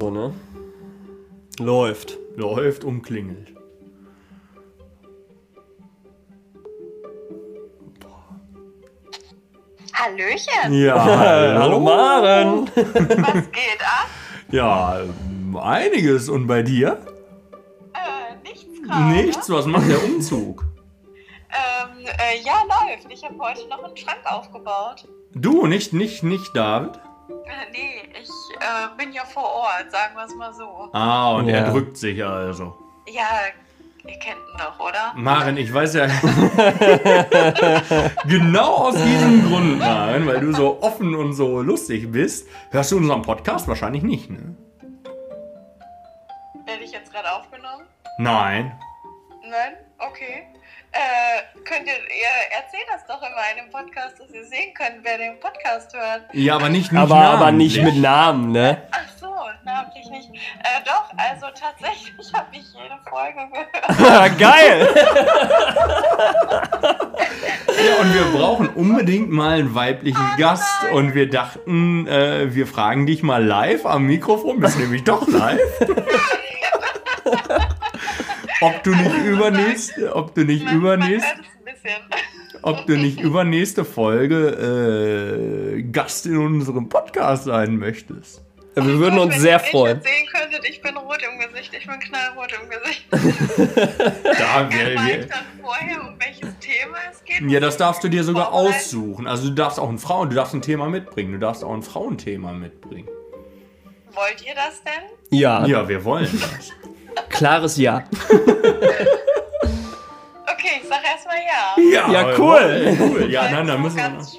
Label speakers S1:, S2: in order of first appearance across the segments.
S1: So, ne?
S2: Läuft. Läuft, umklingelt.
S3: Hallöchen,
S2: Ja,
S1: Hallo Maren!
S3: was geht ab?
S2: Ja, ähm, einiges. Und bei dir?
S3: Äh, nichts gerade.
S2: Nichts. Was macht der Umzug?
S3: Ähm, äh, ja, läuft. Ich habe heute noch einen Schrank aufgebaut.
S2: Du, nicht, nicht, nicht David?
S3: Äh, nee, ich äh, bin ja vor Ort, sagen wir es mal so.
S2: Ah, und
S1: Ja.
S2: er drückt sich also.
S3: Ja, ihr kennt ihn doch, oder?
S2: Maren, ich weiß ja. genau aus diesem Grund, Maren, weil du so offen und so lustig bist, hörst du unseren Podcast wahrscheinlich nicht, ne?
S3: Werde ich jetzt gerade aufgenommen?
S2: Nein.
S3: Nein? Okay. Äh, könnt ihr, ihr erzählt das doch immer in einem Podcast, dass ihr sehen könnt, wer den Podcast hört.
S2: Ja, aber nicht, nicht
S1: Aber, aber nicht mit
S2: namentlich.
S1: Namen, ne?
S3: Ach so, namentlich nicht. Äh, doch, also tatsächlich habe ich jede Folge gehört.
S1: Geil!
S2: Ja, und wir brauchen unbedingt mal einen weiblichen Gast. Und wir dachten, äh, wir fragen dich mal live am Mikrofon, bist nämlich doch live. ob du nicht übernächste, ob du nicht
S3: Man, man hört
S2: übernächst,
S3: es ein bisschen.
S2: ob du nicht übernächste Folge äh, Gast in unserem Podcast sein möchtest.
S1: Wir würden uns
S3: Wenn
S1: sehr
S3: ihr mich
S1: freuen.
S3: jetzt sehen könntet, ich bin rot im Gesicht, ich bin knallrot im Gesicht.
S2: Da
S3: Weiß
S2: wir,
S3: dann vorher, um welches Thema es geht?
S2: wir, ja, das darfst du dir sogar
S3: Vorbereiten.
S2: aussuchen. Also du darfst auch ein Frauen, du darfst ein Thema mitbringen, du darfst auch ein Frauenthema mitbringen.
S3: Wollt ihr das denn?
S1: Ja,
S2: Ja, wir wollen das.
S1: klares Ja.
S3: Okay, ich sag erstmal ja.
S1: Ja,
S2: jawohl,
S1: cool.
S2: cool. Ja,
S3: Weil
S2: nein, dann
S3: ich
S2: müssen
S3: so
S2: wir.
S3: ganz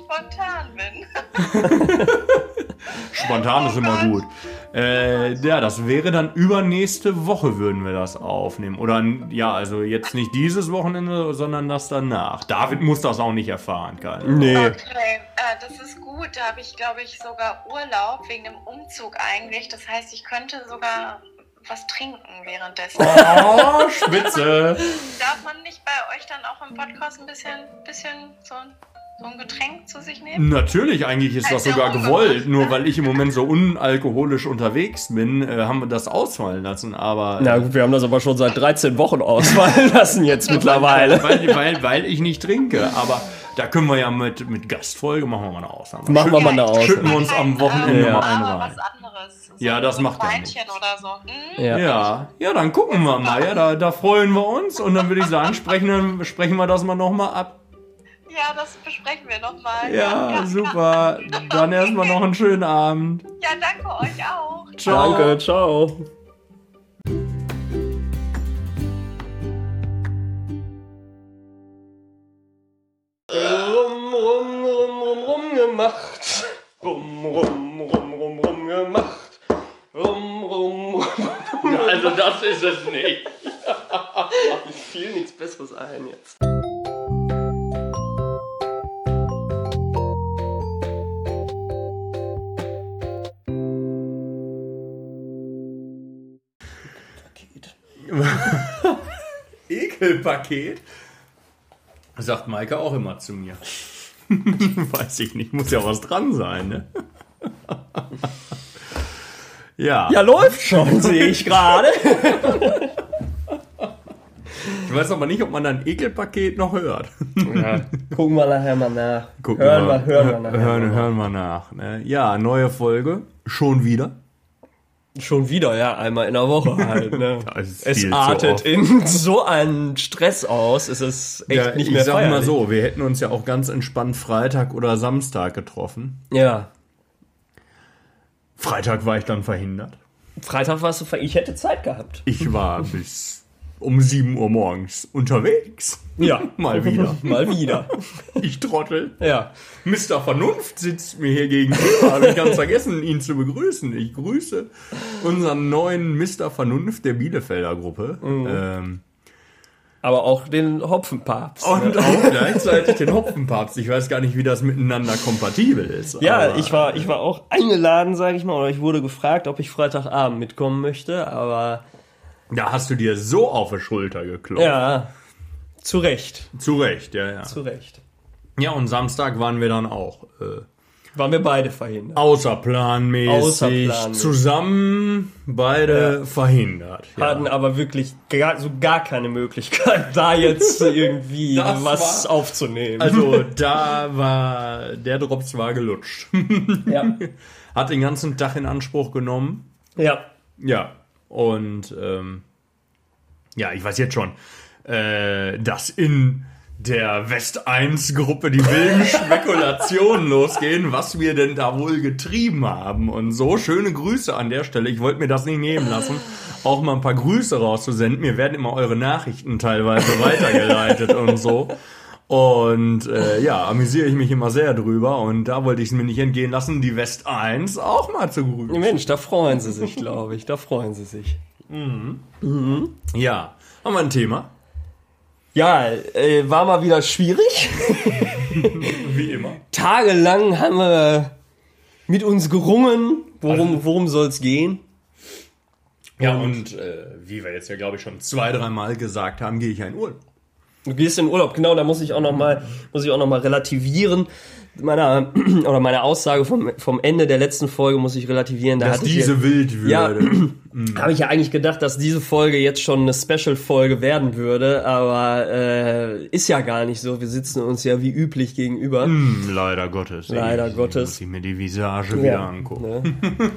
S3: spontan bin.
S2: Spontan ist
S3: Oh
S2: immer gut.
S3: Gott.
S2: Äh, ja, das wäre dann übernächste Woche würden wir das aufnehmen. Oder n- ja, also jetzt nicht dieses Wochenende, sondern das danach. David muss das auch nicht erfahren, Karl.
S1: Nee.
S3: Okay, äh, das ist gut. Da habe ich, glaube ich, sogar Urlaub wegen dem Umzug eigentlich. Das heißt, ich könnte sogar was trinken währenddessen.
S2: Oh, Spitze.
S3: Darf man nicht bei euch dann auch im Podcast ein bisschen, bisschen so, ein- so ein Getränk zu sich nehmen?
S2: Natürlich, eigentlich ist das
S3: Also,
S2: sogar
S3: unbekannt.
S2: gewollt. Nur weil ich im Moment so unalkoholisch unterwegs bin, äh, haben wir das ausfallen lassen. Aber äh,
S1: Na gut, wir haben das aber schon seit 13 Wochen ausfallen lassen jetzt mittlerweile.
S2: Weil, weil, weil ich nicht trinke. Aber da können wir ja mit, mit Gastfolge machen wir mal eine Ausnahme.
S1: Machen wir mal eine
S2: Schütten- Schütten wir
S1: Ausnahme.
S2: uns am Wochenende
S1: Ja.
S2: mal einen
S3: Aber
S2: rein.
S3: was anderes. So
S2: Ja, das
S3: ein
S2: macht er
S3: Weinchen oder so. Hm?
S1: Ja.
S2: Ja, ja, dann gucken wir mal. Ja, da, da freuen wir uns und dann würde ich sagen, sprechen, wir- sprechen wir das mal nochmal ab.
S3: Ja, das besprechen wir nochmal.
S2: Ja, super. Dann erstmal noch einen schönen Abend.
S3: Ja, danke euch auch.
S2: Ciao.
S1: Danke, ciao.
S4: Rum, rum, rum, rum, rum gemacht. Rum, rum, rum, rum, rum gemacht. Rum, rum, rum.
S5: Also das ist es nicht.
S4: Mir fiel nichts Besseres ein jetzt.
S2: Ekelpaket? Sagt Maike auch immer zu mir. Weiß ich nicht, muss ja was dran sein, ne? ja.
S1: Ja, läuft schon, sehe ich gerade.
S2: ich weiß aber nicht, ob man dann Ekelpaket noch hört.
S1: Gucken wir nachher mal nach.
S2: Gucken
S1: hören
S2: wir-
S1: wir, hören wir nachher.
S2: hören, hören wir nach. Ne? Ja, neue Folge. Schon wieder.
S1: Schon wieder, ja, einmal in der Woche halt. Ne?
S2: Das ist
S1: es
S2: viel zu
S1: artet
S2: oft.
S1: in so einen Stress aus, es ist echt
S2: Ja,
S1: nicht
S2: ich
S1: mehr
S2: sag mal
S1: feierlich.
S2: so, wir hätten uns ja auch ganz entspannt Freitag oder Samstag getroffen.
S1: Ja,
S2: Freitag war ich dann verhindert.
S1: Freitag warst du, ver- ich hätte Zeit gehabt.
S2: Ich war bis um 7 Uhr morgens unterwegs.
S1: Ja,
S2: Mal wieder.
S1: mal wieder.
S2: Ich Trottel.
S1: Ja,
S2: Mr. Vernunft sitzt mir hier gegenüber. Habe ich ganz vergessen, ihn zu begrüßen. Ich grüße unseren neuen Mr. Vernunft der Bielefelder Gruppe.
S1: Mhm.
S2: Ähm,
S1: aber auch den Hopfenpapst. ne?
S2: und auch gleichzeitig den Hopfenpapst. Ich weiß gar nicht, wie das miteinander kompatibel ist.
S1: Ja,
S2: aber-
S1: ich war, ich war auch eingeladen, sage ich mal, oder ich wurde gefragt, ob ich Freitagabend mitkommen möchte, aber
S2: Da hast du dir so auf die Schulter geklopft.
S1: ja, zu Recht,
S2: Zu Recht, ja, ja.
S1: zu Recht.
S2: Ja, und Samstag waren wir dann auch äh,
S1: Waren wir beide verhindert.
S2: Außerplanmäßig,
S1: Außerplanmäßig.
S2: zusammen beide verhindert. Ja.
S1: Hatten aber wirklich gar, so gar keine Möglichkeit, da jetzt irgendwie
S2: Das
S1: was
S2: war-
S1: aufzunehmen.
S2: Also da war der Drops war gelutscht.
S1: ja.
S2: Hat den ganzen Tag in Anspruch genommen.
S1: ja.
S2: Ja. Und ähm, ja, ich weiß jetzt schon, äh, dass in der West 1 Gruppe die wilden Spekulationen losgehen, was wir denn da wohl getrieben haben. Und so schöne Grüße an der Stelle. Ich wollte mir das nicht nehmen lassen, auch mal ein paar Grüße rauszusenden. Mir werden immer eure Nachrichten teilweise weitergeleitet und so. Und äh, ja, amüsiere ich mich immer sehr drüber. Und da wollte ich es mir nicht entgehen lassen, die West 1 auch mal zu grüßen.
S1: Mensch, da freuen sie sich, glaube ich. Da freuen sie sich.
S2: Ja, haben wir ein Thema.
S1: Ja, äh, war mal wieder schwierig.
S2: Wie immer.
S1: Tagelang haben wir mit uns gerungen,
S2: Also-
S1: worum, worum soll's gehen.
S2: Ja, und äh, wie wir jetzt ja, glaube ich, schon zwei, dreimal gesagt haben, gehe ich ja in Urlaub.
S1: Du gehst in Urlaub, genau, da muss ich auch nochmal, muss ich auch noch mal relativieren. Meiner, oder meine Aussage vom, vom Ende der letzten Folge muss ich relativieren. Da
S2: Dass
S1: hatte ich
S2: diese Wildwürde.
S1: Ja, habe ich ja eigentlich gedacht, dass diese Folge jetzt schon eine Special-Folge werden würde, aber äh, ist ja gar nicht so. Wir sitzen uns ja wie üblich gegenüber.
S2: Hm, Leider Gottes.
S1: Leider
S2: ich,
S1: Gottes.
S2: Muss ich mir die Visage wieder angucken.
S1: Ne?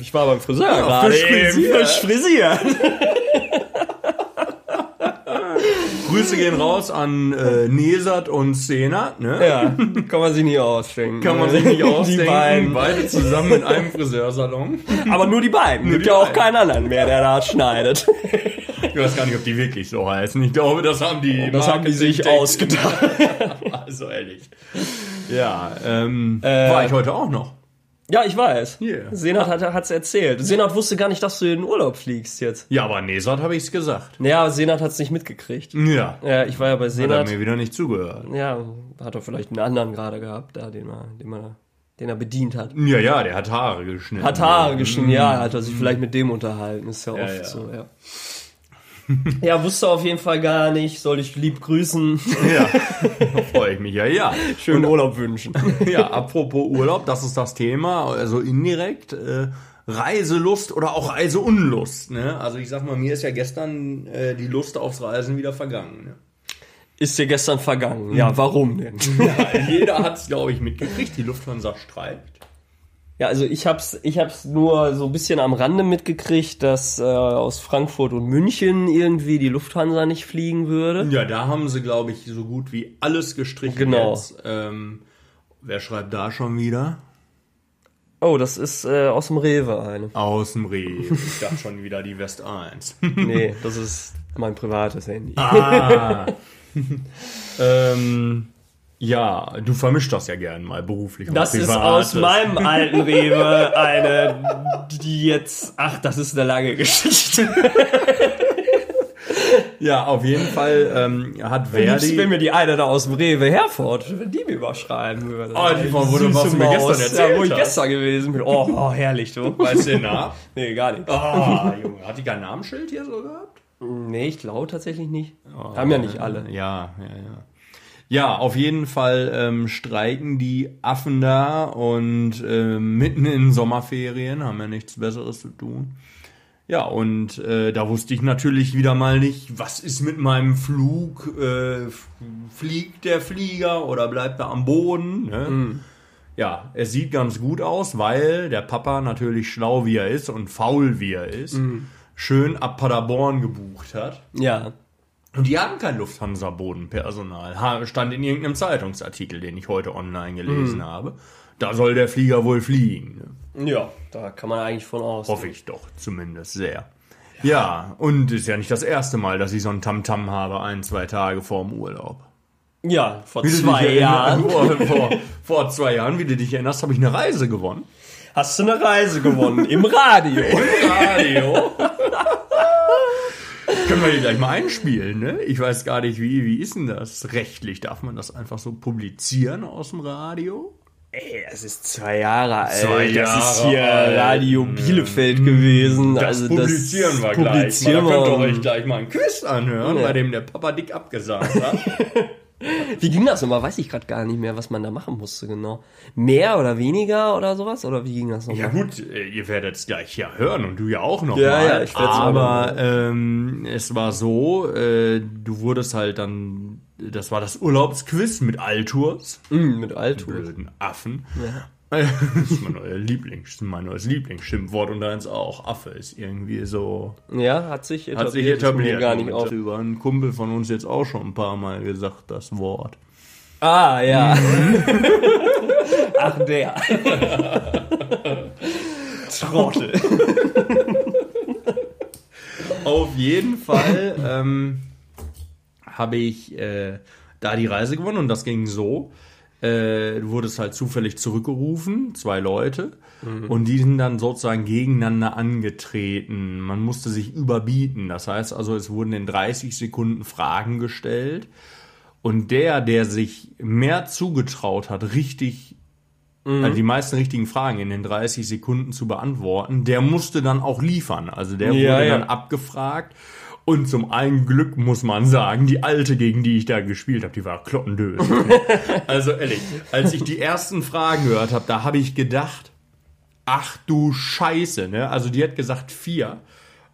S1: Ich war beim Friseur
S2: Ja,
S1: gerade.
S2: frisch frisiert.
S1: eben. Frisch frisiert.
S2: Grüße gehen raus an äh, Nesat und Senat, ne?
S1: Ja, kann man sich nicht ausdenken.
S2: Kann man sich nicht ausdenken.
S1: Die beiden.
S2: Beide zusammen in einem Friseursalon.
S1: Aber nur die beiden. Gibt
S2: die
S1: ja auch
S2: beiden.
S1: keinen anderen mehr, der da schneidet.
S2: Ich weiß gar nicht, ob die wirklich so heißen. Ich glaube, das haben die.
S1: Das haben die sich
S2: Marketing-Technik-
S1: ausgedacht.
S2: Also ehrlich. Ja, ähm,
S1: Äh.
S2: war ich heute auch noch.
S1: Ja, ich weiß.
S2: Yeah.
S1: Senat hat hat's erzählt. Senat wusste gar nicht, dass du in den Urlaub fliegst jetzt.
S2: Ja, aber Nesat habe ich es gesagt.
S1: Ja, aber Senat hat's nicht mitgekriegt.
S2: Ja.
S1: Ja, ich war ja bei
S2: Hat er
S1: Senat.
S2: mir wieder nicht zugehört.
S1: Ja, hat er vielleicht einen anderen gerade gehabt, da, den, er, den, man, den er bedient hat.
S2: Ja, ja, der hat Haare geschnitten.
S1: Hat Haare geschnitten, ja, hat er sich vielleicht mit dem unterhalten, ist ja oft
S2: ja.
S1: so, ja. ja, wusste auf jeden Fall gar nicht, soll ich lieb grüßen,
S2: Ja, da freue ich mich ja, ja.
S1: schönen Urlaub wünschen.
S2: Ja, apropos Urlaub, das ist das Thema, also indirekt. Äh, Reiselust oder auch Reiseunlust. Ne? Also ich sag mal, mir ist ja gestern äh, die Lust aufs Reisen wieder vergangen. Ne?
S1: Ist dir gestern vergangen, ja, warum denn?
S2: Ja, jeder hat es, glaube ich, mitgekriegt. Die Lufthansa streikt.
S1: Ja, also ich hab's, ich hab's nur so ein bisschen am Rande mitgekriegt, dass äh, aus Frankfurt und München irgendwie die Lufthansa nicht fliegen würde.
S2: Ja, da haben sie, glaube ich, so gut wie alles gestrichen
S1: Genau.
S2: jetzt. Ähm, wer schreibt da schon wieder?
S1: Oh, das ist äh, aus dem Rewe eine.
S2: Aus dem Rewe. Ich dachte schon wieder die West 1.
S1: Nee, das ist mein privates Handy.
S2: Ah. ähm, ja, du vermischt das ja gern mal beruflich. und
S1: Das ist
S2: Privates.
S1: aus meinem alten Rewe eine, die jetzt. Ach, das ist eine lange Geschichte.
S2: Ja, auf jeden Fall ähm, hat
S1: Ich
S2: Verdi.
S1: wenn mir die eine da aus dem Rewe Herford, wenn die mir überschreiben würde.
S2: Oh, die von wo du-
S1: Süße
S2: was du mir
S1: Maus.
S2: gestern erzählt
S1: ja, wo ich
S2: hast.
S1: gestern gewesen bin. Oh, oh herrlich, du. Oh.
S2: Weißt du den Namen?
S1: Nee, gar nicht.
S2: Ah, Junge, hat die kein Namensschild hier so gehabt?
S1: Nee, ich glaube tatsächlich nicht. Haben ja nicht alle.
S2: Ja, ja, ja. Ja, auf jeden Fall ähm, streiken die Affen da und ähm, mitten in Sommerferien haben ja nichts Besseres zu tun. Ja, und äh, da wusste ich natürlich wieder mal nicht, was ist mit meinem Flug? Äh, f- fliegt der Flieger oder bleibt er am Boden? Ne?
S1: Mhm.
S2: Ja, es sieht ganz gut aus, weil der Papa natürlich schlau wie er ist und faul wie er ist,
S1: Mhm.
S2: schön ab Paderborn gebucht hat.
S1: Ja.
S2: Und die haben kein Lufthansa-Bodenpersonal. Ha- Stand in irgendeinem Zeitungsartikel, den ich heute online gelesen habe. Da soll der Flieger wohl fliegen. Ne?
S1: Ja, da kann man eigentlich von aus.
S2: Hoffe ich doch zumindest sehr. Ja. und ist ja nicht das erste Mal, dass ich so ein Tamtam habe, ein, zwei Tage vorm Urlaub.
S1: Ja, vor
S2: Wie du dich
S1: zwei
S2: erinnerst-
S1: Jahren
S2: Vor, vor, vor zwei Jahren, wie du dich erinnerst, habe ich eine Reise gewonnen.
S1: hast du eine Reise gewonnen im Radio.
S2: Radio. Können wir die gleich mal einspielen, ne? Ich weiß gar nicht, wie, wie ist denn das rechtlich? Darf man das einfach so publizieren aus dem Radio?
S1: Ey, das ist zwei Jahre alt.
S2: Zwei
S1: das ist
S2: Jahre
S1: hier
S2: alt. Hm.
S1: Radio Bielefeld gewesen. also das publizieren
S2: Da könnt ihr
S1: wir.
S2: euch gleich mal ein Quiz anhören,
S1: Ja.
S2: bei dem der Papa dick abgesagt hat.
S1: Wie ging das nochmal? Weiß ich gerade gar nicht mehr, was man da machen musste, genau. Mehr oder weniger oder sowas? Oder wie ging das nochmal?
S2: Ja gut, äh, ihr werdet es gleich ja hören und du ja auch noch
S1: Ja,
S2: mal.
S1: ja, ich werd's auch
S2: Aber ähm, es war so, äh, du wurdest halt dann, das war das Urlaubsquiz mit Altours,
S1: Mm, mit Altur.
S2: blöden Affen. das ist mein neues Lieblings, das ist mein neues Lieblingsschimpfwort und deins auch. Affe ist irgendwie so,
S1: Ja, hat sich etabliert.
S2: hat sich
S1: ist mir
S2: etabliert.
S1: Gar nicht
S2: Und
S1: auf.
S2: Über einen Kumpel von uns jetzt auch schon ein paar Mal gesagt, das Wort.
S1: Ah, ja. Ach, der.
S2: Trottel. Auf jeden Fall ähm, habe ich äh, da die Reise gewonnen und das ging so. Äh, du wurdest halt zufällig zurückgerufen, zwei Leute, und die sind dann sozusagen gegeneinander angetreten. Man musste sich überbieten. Das heißt also, es wurden in 30 Sekunden Fragen gestellt. Und der, der sich mehr zugetraut hat, richtig
S1: Mhm.
S2: also die meisten richtigen Fragen in den 30 Sekunden zu beantworten, der musste dann auch liefern. Also der
S1: Ja,
S2: wurde
S1: ja.
S2: dann abgefragt. Und zum einen Glück muss man sagen, die alte, gegen die ich da gespielt habe, die war kloppendös. also ehrlich, als ich die ersten Fragen gehört habe, da habe ich gedacht, ach du Scheiße, ne? Also die hat gesagt vier.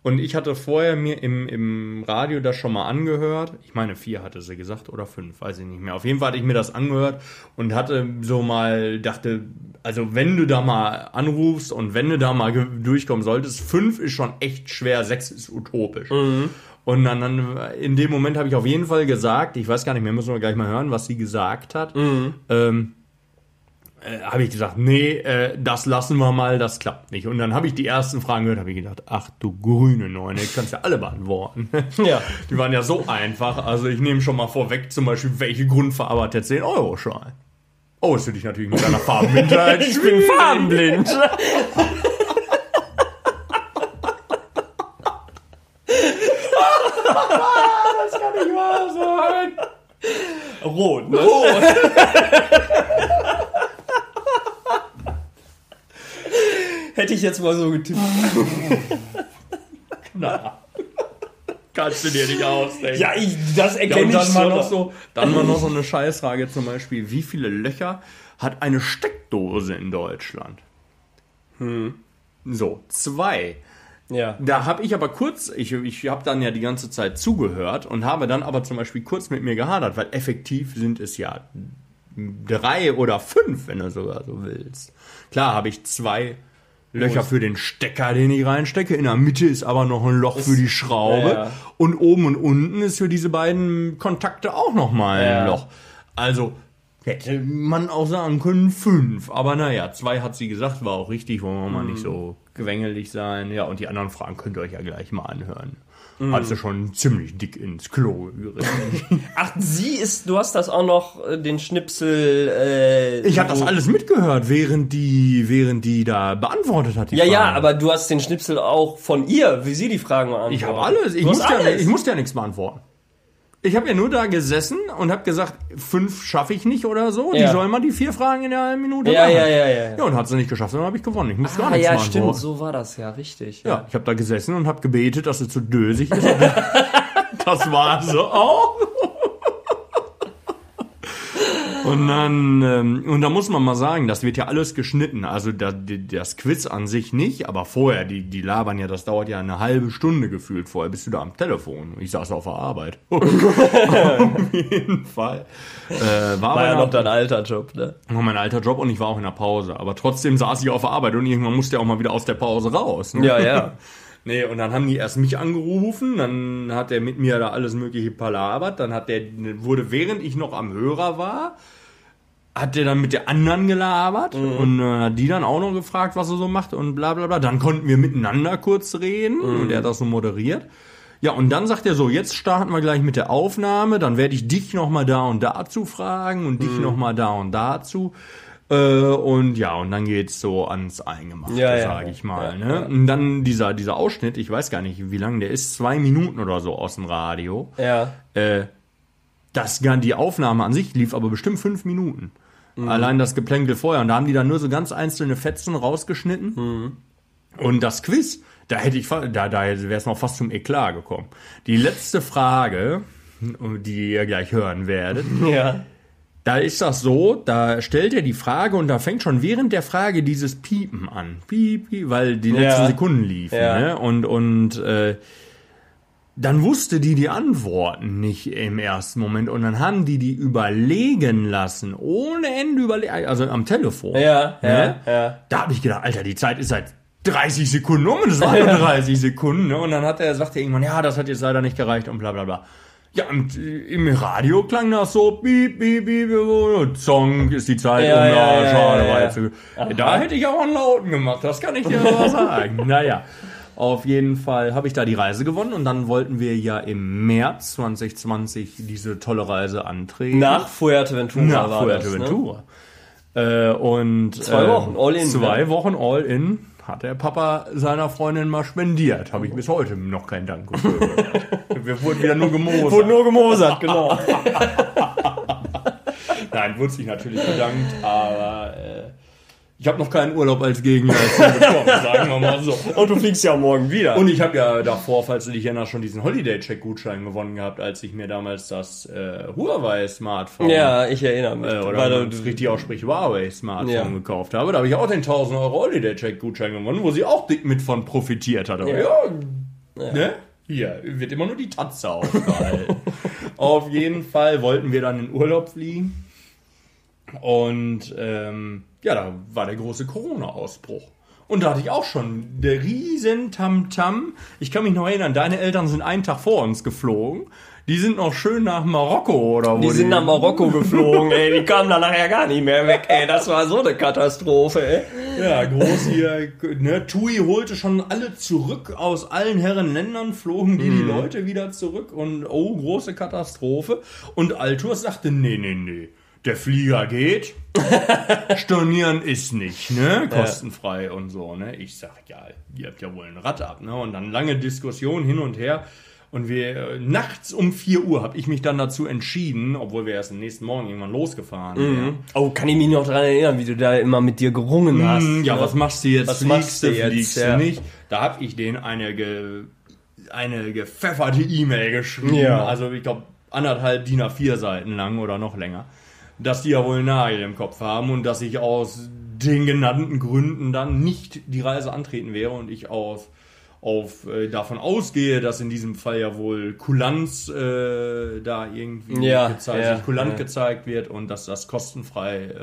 S2: Und ich hatte vorher mir im, im Radio das schon mal angehört. Ich meine, vier hatte sie gesagt oder fünf, weiß ich nicht mehr. Auf jeden Fall hatte ich mir das angehört und hatte so mal, dachte, also wenn du da mal anrufst und wenn du da mal ge- durchkommen solltest, fünf ist schon echt schwer, sechs ist utopisch. Und dann, dann in dem Moment habe ich auf jeden Fall gesagt, ich weiß gar nicht mehr, müssen wir gleich mal hören, was sie gesagt hat. Ähm, äh, habe ich gesagt, nee, äh, das lassen wir mal, das klappt nicht. Und dann habe ich die ersten Fragen gehört, habe ich gedacht, ach du grüne Neune, ich kannst ja alle beantworten.
S1: Ja.
S2: Die waren ja so einfach. Also ich nehme schon mal vorweg, zum Beispiel, welche Grundfarbe hat der 10-Euro-Schein? Oh, ist du dich natürlich mit deiner Farbenblindheit. ich bin farbenblind. das kann nicht wahr sein.
S1: Rot, ne? Hätte ich jetzt mal so getippt.
S2: Kannst du dir nicht ausdenken.
S1: Ja, ich, das
S2: Ja,
S1: erkenne
S2: und
S1: ich
S2: dann mal
S1: schon.
S2: noch so, dann mal noch so eine Scheißfrage zum Beispiel, wie viele Löcher hat eine Steckdose in Deutschland? Hm. So, zwei.
S1: Ja.
S2: Da habe ich aber kurz, ich, ich habe dann ja die ganze Zeit zugehört und habe dann aber zum Beispiel kurz mit mir gehadert, weil effektiv sind es ja drei oder fünf, wenn du sogar so willst. Klar habe ich zwei Löcher für den Stecker, den ich reinstecke. In der Mitte ist aber noch ein Loch für die Schraube.
S1: ja, ja.
S2: Und oben und unten ist für diese beiden Kontakte auch nochmal ein
S1: Ja.
S2: Loch. Also hätte man auch sagen können fünf. Aber naja, zwei hat sie gesagt, war auch richtig, wollen wir mal nicht
S1: Mhm.
S2: so gewängelig sein. Ja, und die anderen Fragen könnt ihr euch ja gleich mal anhören.
S1: Mhm.
S2: Hat sie schon ziemlich dick ins Klo gerissen.
S1: Ach, sie ist, du hast das auch noch, äh, den Schnipsel, äh,
S2: Ich habe das
S1: wo-
S2: alles mitgehört, während die, während die da beantwortet hat. Die
S1: Ja, ja,
S2: Fragen.
S1: aber du hast den Schnipsel auch von ihr, wie sie die Fragen beantwortet.
S2: Ich habe alles. Ich
S1: Du hast
S2: musste, Ja,
S1: alles.
S2: ich musste ja nichts beantworten. Ich habe ja nur da gesessen und habe gesagt, fünf schaffe ich nicht oder so. Die
S1: Ja.
S2: sollen mal die vier Fragen in der halben Minute
S1: Ja,
S2: machen.
S1: ja, ja, ja, ja.
S2: Ja, und hat sie nicht geschafft, dann habe ich gewonnen. Ich musste gar
S1: Ah,
S2: nichts
S1: ja,
S2: beantworten.
S1: stimmt, so war das ja, richtig.
S2: Ja, ich habe da gesessen und habe gebetet, dass sie zu dösig ist. das war so oh. auch. Und dann, ähm, und da muss man mal sagen, das wird ja alles geschnitten. Also da, die, das Quiz an sich nicht, aber vorher, die, die labern ja, das dauert ja eine halbe Stunde gefühlt vorher. Bist du da am Telefon? Ich saß auf der Arbeit. auf jeden Fall. Äh, war
S1: War
S2: aber
S1: ja noch
S2: noch
S1: dein alter Job, ne?
S2: war mein alter Job und ich war auch in der Pause. Aber trotzdem saß ich auf der Arbeit und irgendwann musste ja auch mal wieder aus der Pause raus. ne?
S1: Ja, ja.
S2: Nee, und dann haben die erst mich angerufen, dann hat er mit mir da alles mögliche palabert, dann hat der, wurde während ich noch am Hörer war, hat der dann mit der anderen gelabert
S1: Mhm.
S2: und äh, hat die dann auch noch gefragt, was er so macht und bla bla bla. Dann konnten wir miteinander kurz reden
S1: Mhm.
S2: und er hat das so moderiert. Ja, und dann sagt er so, jetzt starten wir gleich mit der Aufnahme, dann werde ich dich nochmal da und dazu fragen und dich
S1: Mhm.
S2: noch nochmal da und dazu. Äh, und ja, und dann geht's so ans Eingemachte,
S1: Ja, ja.
S2: sage ich mal.
S1: Ja,
S2: ne? Und dann dieser, dieser Ausschnitt, ich weiß gar nicht, wie lang der ist, zwei Minuten oder so aus dem Radio.
S1: Ja.
S2: Äh, das, gar- die Aufnahme an sich lief aber bestimmt fünf Minuten.
S1: Mhm.
S2: Allein das Geplänkel vorher. Und da haben die dann nur so ganz einzelne Fetzen rausgeschnitten.
S1: Mhm.
S2: Und das Quiz, da hätte ich, fa- da, da wäre es noch fast zum Eklat gekommen. Die letzte Frage um die ihr gleich hören werdet.
S1: Ja.
S2: Da ist das so, da stellt er die Frage und da fängt schon während der Frage dieses Piepen an. Piep, piep, weil die letzten
S1: Ja.
S2: Sekunden liefen.
S1: Ja.
S2: Ne? Und, und äh, dann wusste die die Antworten nicht im ersten Moment. Und dann haben die die überlegen lassen. Ohne Ende überlegen. Also am Telefon.
S1: Ja,
S2: Ne?
S1: ja, ja.
S2: Da habe ich gedacht, Alter, die Zeit ist seit 30 Sekunden um und es waren nur 30 Sekunden. Ne? Und dann hat er, sagt er irgendwann, ja, das hat jetzt leider nicht gereicht und bla bla bla. Ja, und äh, im Radio klang das so, piep, piep, piep, piep, Song ist die Zeit,
S1: Ja,
S2: um,
S1: ja,
S2: na,
S1: ja,
S2: schade,
S1: ja,
S2: war
S1: ja.
S2: jetzt- Da hätte ich auch einen Lauten gemacht, das kann ich dir aber sagen. Naja, auf jeden Fall habe ich da die Reise gewonnen und dann wollten wir ja im März 2020 diese tolle Reise antreten.
S1: Nach Fuerteventura
S2: Nach
S1: war
S2: Fuerteventura. Äh, und
S1: Zwei Wochen all in, ne?
S2: Zwei
S1: ja.
S2: Wochen all in hat der Papa seiner Freundin mal spendiert. Habe ich bis heute noch keinen Dank gefühlt. Wir wurden wieder nur
S1: Das, ne? Wurde
S2: gemosert.
S1: nur gemosert, genau.
S2: Nein, wurde sich natürlich bedankt, aber äh, ich habe noch keinen Urlaub als Gegenleistung bekommen, sagen wir mal so.
S1: Und du fliegst ja morgen wieder.
S2: Und ich habe ja davor, falls du dich erinnerst, schon diesen Holiday-Check-Gutschein gewonnen gehabt, als ich mir damals das äh, Huawei-Smartphone
S1: ja, ich erinnere mich.
S2: Äh, oder
S1: Weil
S2: wenn man
S1: du-
S2: es richtig ausspricht, Huawei-Smartphone
S1: Ja.
S2: gekauft habe. Da habe ich auch den 1000 Euro Holiday-Check-Gutschein gewonnen, wo sie auch dick mit von profitiert hat. Aber ja,
S1: Ja.
S2: ne? Hier wird immer nur die Tatze aufgehalten. Auf jeden Fall wollten wir dann in Urlaub fliegen. Und ähm, ja, da war der große Corona-Ausbruch. Und da hatte ich auch schon der riesen Tamtam. Ich kann mich noch erinnern, deine Eltern sind einen Tag vor uns geflogen. Die sind noch schön nach Marokko oder wo
S1: die sind nach Marokko geflogen, ey. Die kamen da nachher gar nicht mehr weg, ey. Das war so eine Katastrophe, ey.
S2: Ja, groß hier, ne? Tui holte schon alle zurück aus allen Herren Ländern, flogen die, die Leute wieder zurück und oh, große Katastrophe. Und Altur sagte, nee, nee, nee, der Flieger geht, stornieren ist nicht, ne? Kostenfrei und so, ne? Ich sag, ja, ihr habt ja wohl ein Rad ab, ne? Und dann lange Diskussion hin und her. Und wir äh, nachts um 4 Uhr habe ich mich dann dazu entschieden, obwohl wir erst am nächsten Morgen irgendwann losgefahren wären.
S1: Oh, kann ich mich noch dran erinnern, wie du da immer mit dir gerungen hast.
S2: Mm, ja,
S1: ne?
S2: was machst du jetzt?
S1: Was
S2: fliegst
S1: machst du jetzt,
S2: fliegst du
S1: ja.
S2: nicht? Da hab ich denen eine, ge, eine gepfefferte E-Mail geschrieben.
S1: Ja.
S2: Also ich glaube anderthalb DIN A4 Seiten lang oder noch länger. Dass die ja wohl einen Nagel im Kopf haben und dass ich aus den genannten Gründen dann nicht die Reise antreten wäre und ich auf auf äh, davon ausgehe, dass in diesem Fall ja wohl Kulanz äh, da irgendwie
S1: Ja,
S2: gezeigt,
S1: ja,
S2: sich kulant
S1: ja.
S2: gezeigt wird und dass das kostenfrei äh,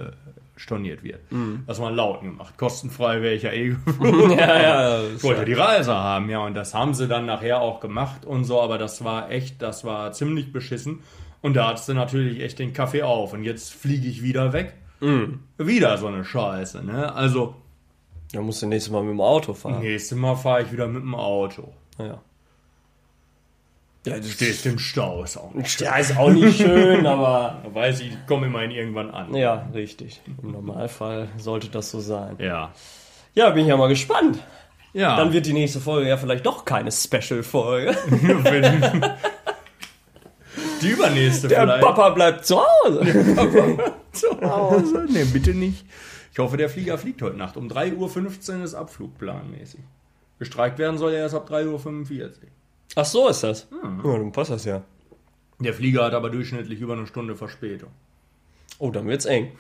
S2: storniert wird. Das mal lauten gemacht. Kostenfrei wäre ich ja eh geflogen.
S1: Mhm. ja, ja,
S2: ich wollte die Reise haben, ja, und das haben sie dann nachher auch gemacht und so, aber das war echt, das war ziemlich beschissen. Und da hattest du natürlich echt den Kaffee auf und jetzt fliege ich wieder weg.
S1: Mhm.
S2: Wieder so eine Scheiße, ne? Also,
S1: Da musst du nächstes Mal mit dem Auto fahren.
S2: nächstes Mal fahre ich wieder mit dem Auto.
S1: Ja.
S2: Du stehst im Stau, ist auch nicht.
S1: ja, ist auch nicht schön, aber.
S2: Da weiß ich, ich komme immerhin irgendwann an.
S1: Ja, richtig. Im Normalfall sollte das so sein.
S2: Ja.
S1: Ja, bin ich ja mal gespannt.
S2: Ja.
S1: Dann wird die nächste Folge ja vielleicht doch keine Special-Folge.
S2: Wenn- Die übernächste
S1: Der
S2: vielleicht.
S1: Papa bleibt zu Hause.
S2: zu Hause. Also, Nee, bitte nicht. Ich hoffe, der Flieger fliegt heute Nacht. Um 3.15 Uhr ist Abflug planmäßig. Gestreikt werden soll er erst ab 3.45 Uhr.
S1: Ach so ist das.
S2: Hm.
S1: Ja, dann passt das ja.
S2: Der Flieger hat aber durchschnittlich über eine Stunde Verspätung.
S1: Oh, dann wird's eng.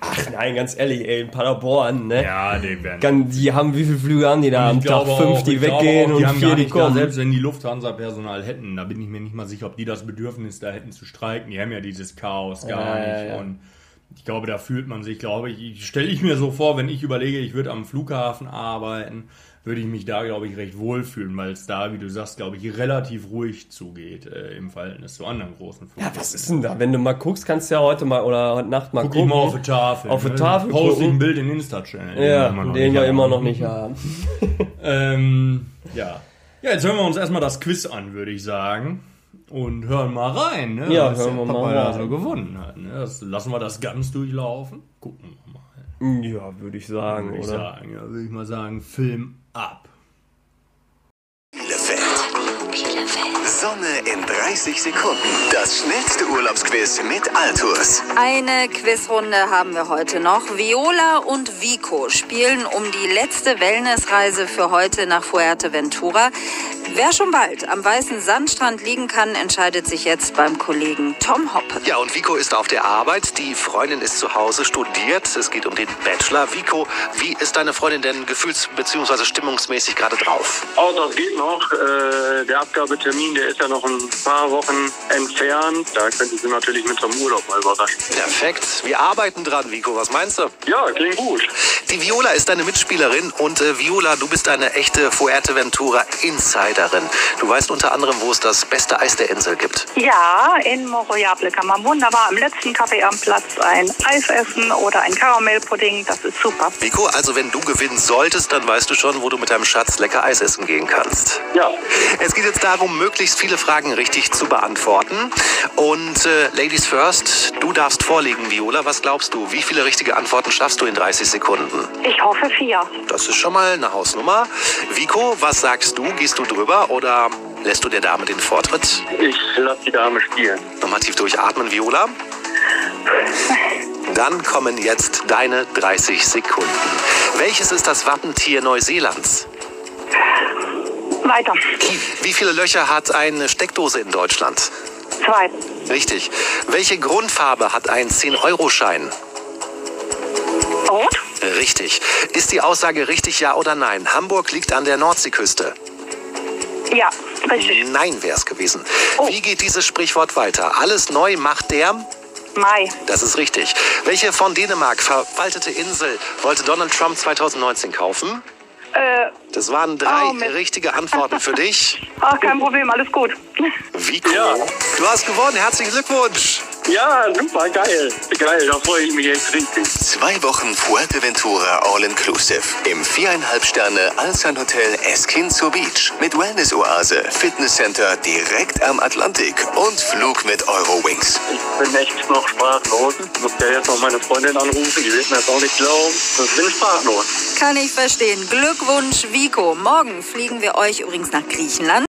S1: Ach nein, ganz ehrlich, ey, in Paderborn, ne?
S2: Ja, den werden.
S1: Kann, die haben, wie viele Flüge haben die da am Tag? Fünf, die weggehen
S2: die
S1: und
S2: haben
S1: vier,
S2: gar
S1: die
S2: nicht da,
S1: kommen.
S2: selbst wenn die Lufthansa Personal hätten, da bin ich mir nicht mal sicher, ob die das Bedürfnis da hätten zu streiken. Die haben ja dieses Chaos gar
S1: Ja, ja,
S2: nicht.
S1: ja.
S2: Und ich glaube, da fühlt man sich, glaube ich, stelle ich mir so vor, wenn ich überlege, ich würde am Flughafen arbeiten, würde ich mich da, glaube ich, recht wohlfühlen, weil es da, wie du sagst, glaube ich, relativ ruhig zugeht äh, im Verhältnis zu anderen großen
S1: Ja,
S2: Flughäfen.
S1: was ist denn da? Wenn du mal guckst, kannst du ja heute mal oder heute Nacht mal
S2: Guck ich
S1: gucken.
S2: mal auf die Tafel.
S1: Auf die Tafel
S2: Post ich
S1: gucken.
S2: ein Bild in den Insta-Channel.
S1: ja,
S2: wir
S1: den wir
S2: haben.
S1: immer noch nicht haben.
S2: Ähm, ja. Ja, jetzt hören wir uns erstmal das Quiz an, würde ich sagen. Und hören mal rein, ne?
S1: Ja,
S2: Was der
S1: hören wir mal
S2: Papa da
S1: rein.
S2: so gewonnen hat. Ne? Das, lassen wir das ganz durchlaufen. Gucken wir mal.
S1: Ja, würde ich sagen,
S2: Würde ich
S1: oder?
S2: sagen. Ja, würde ich mal sagen, Film ab.
S6: Bielefeld. Bielefeld. Sonne in 30 Sekunden. Das schnellste Urlaubsquiz mit Altus.
S7: Eine Quizrunde haben wir heute noch. Viola und Vico spielen um die letzte Wellnessreise für heute nach Fuerteventura. Wer schon bald am weißen Sandstrand liegen kann, entscheidet sich jetzt beim Kollegen Tom Hoppe.
S6: Ja, und Vico ist auf der Arbeit. Die Freundin ist zu Hause, studiert. Es geht um den Bachelor. Vico, wie ist deine Freundin denn gefühls- bzw. stimmungsmäßig gerade drauf?
S8: Oh, das geht noch. Äh, der Abgabetermin, der ist ja noch ein paar Wochen entfernt. Da könnte sie natürlich mit zum Urlaub mal überraschen.
S6: Perfekt. Wir arbeiten dran, Vico. Was meinst du?
S8: Ja, klingt gut.
S6: Die Viola ist deine Mitspielerin und äh, Viola, du bist eine echte Fuerteventura-Insiderin. Du weißt unter anderem, wo es das beste Eis der Insel gibt.
S9: Ja, in Moroyable kann man wunderbar am letzten Kaffee am Platz ein Eis essen oder ein Karamellpudding. Das ist super.
S6: Vico, also wenn du gewinnen solltest, dann weißt du schon, wo du mit deinem Schatz lecker Eis essen gehen kannst.
S8: Ja.
S6: Es geht jetzt darum, möglichst viele Fragen richtig zu beantworten. Und äh, Ladies first, du darfst vorlegen, Viola. Was glaubst du, wie viele richtige Antworten schaffst du in 30 Sekunden?
S9: Ich hoffe vier.
S6: Das ist schon mal eine Hausnummer. Vico, was sagst du? Gehst du drüber oder lässt du der Dame den Vortritt?
S8: Ich lasse die Dame spielen.
S6: Nochmal tief durchatmen, Viola. Dann kommen jetzt deine 30 Sekunden. Welches ist das Wappentier Neuseelands?
S9: Weiter.
S6: Kiwi. Wie viele Löcher hat eine Steckdose in Deutschland?
S9: Zwei.
S6: Richtig. Welche Grundfarbe hat ein 10-Euro-Schein?
S9: Rot.
S6: Richtig. Ist die Aussage richtig, ja oder nein? Hamburg liegt an der Nordseeküste.
S9: Ja, richtig.
S6: Nein wäre es gewesen.
S9: Oh.
S6: Wie geht dieses Sprichwort weiter? Alles neu macht der.
S9: Mai.
S6: Das ist richtig. Welche von Dänemark verwaltete Insel wollte Donald Trump 2019 kaufen?
S9: Äh,
S6: Das waren drei
S9: Oh, Mist.
S6: richtige Antworten für dich.
S9: ach, kein Problem, alles gut.
S6: Wie cool. Du hast gewonnen. Herzlichen Glückwunsch.
S8: Ja, super, geil. Geil, da freue ich mich jetzt richtig.
S6: Zwei Wochen Fuerteventura All-Inclusive im viereinhalb Sterne Alsan Hotel Esquinzo Beach mit Wellness-Oase, Fitnesscenter direkt am Atlantik und Flug mit Eurowings.
S8: Ich bin echt noch sprachlos. Ich muss ja jetzt noch meine Freundin anrufen, die wird mir das auch nicht glauben. Ich bin sprachlos.
S7: Kann ich verstehen. Glückwunsch, Vico. Morgen fliegen wir euch übrigens nach Griechenland.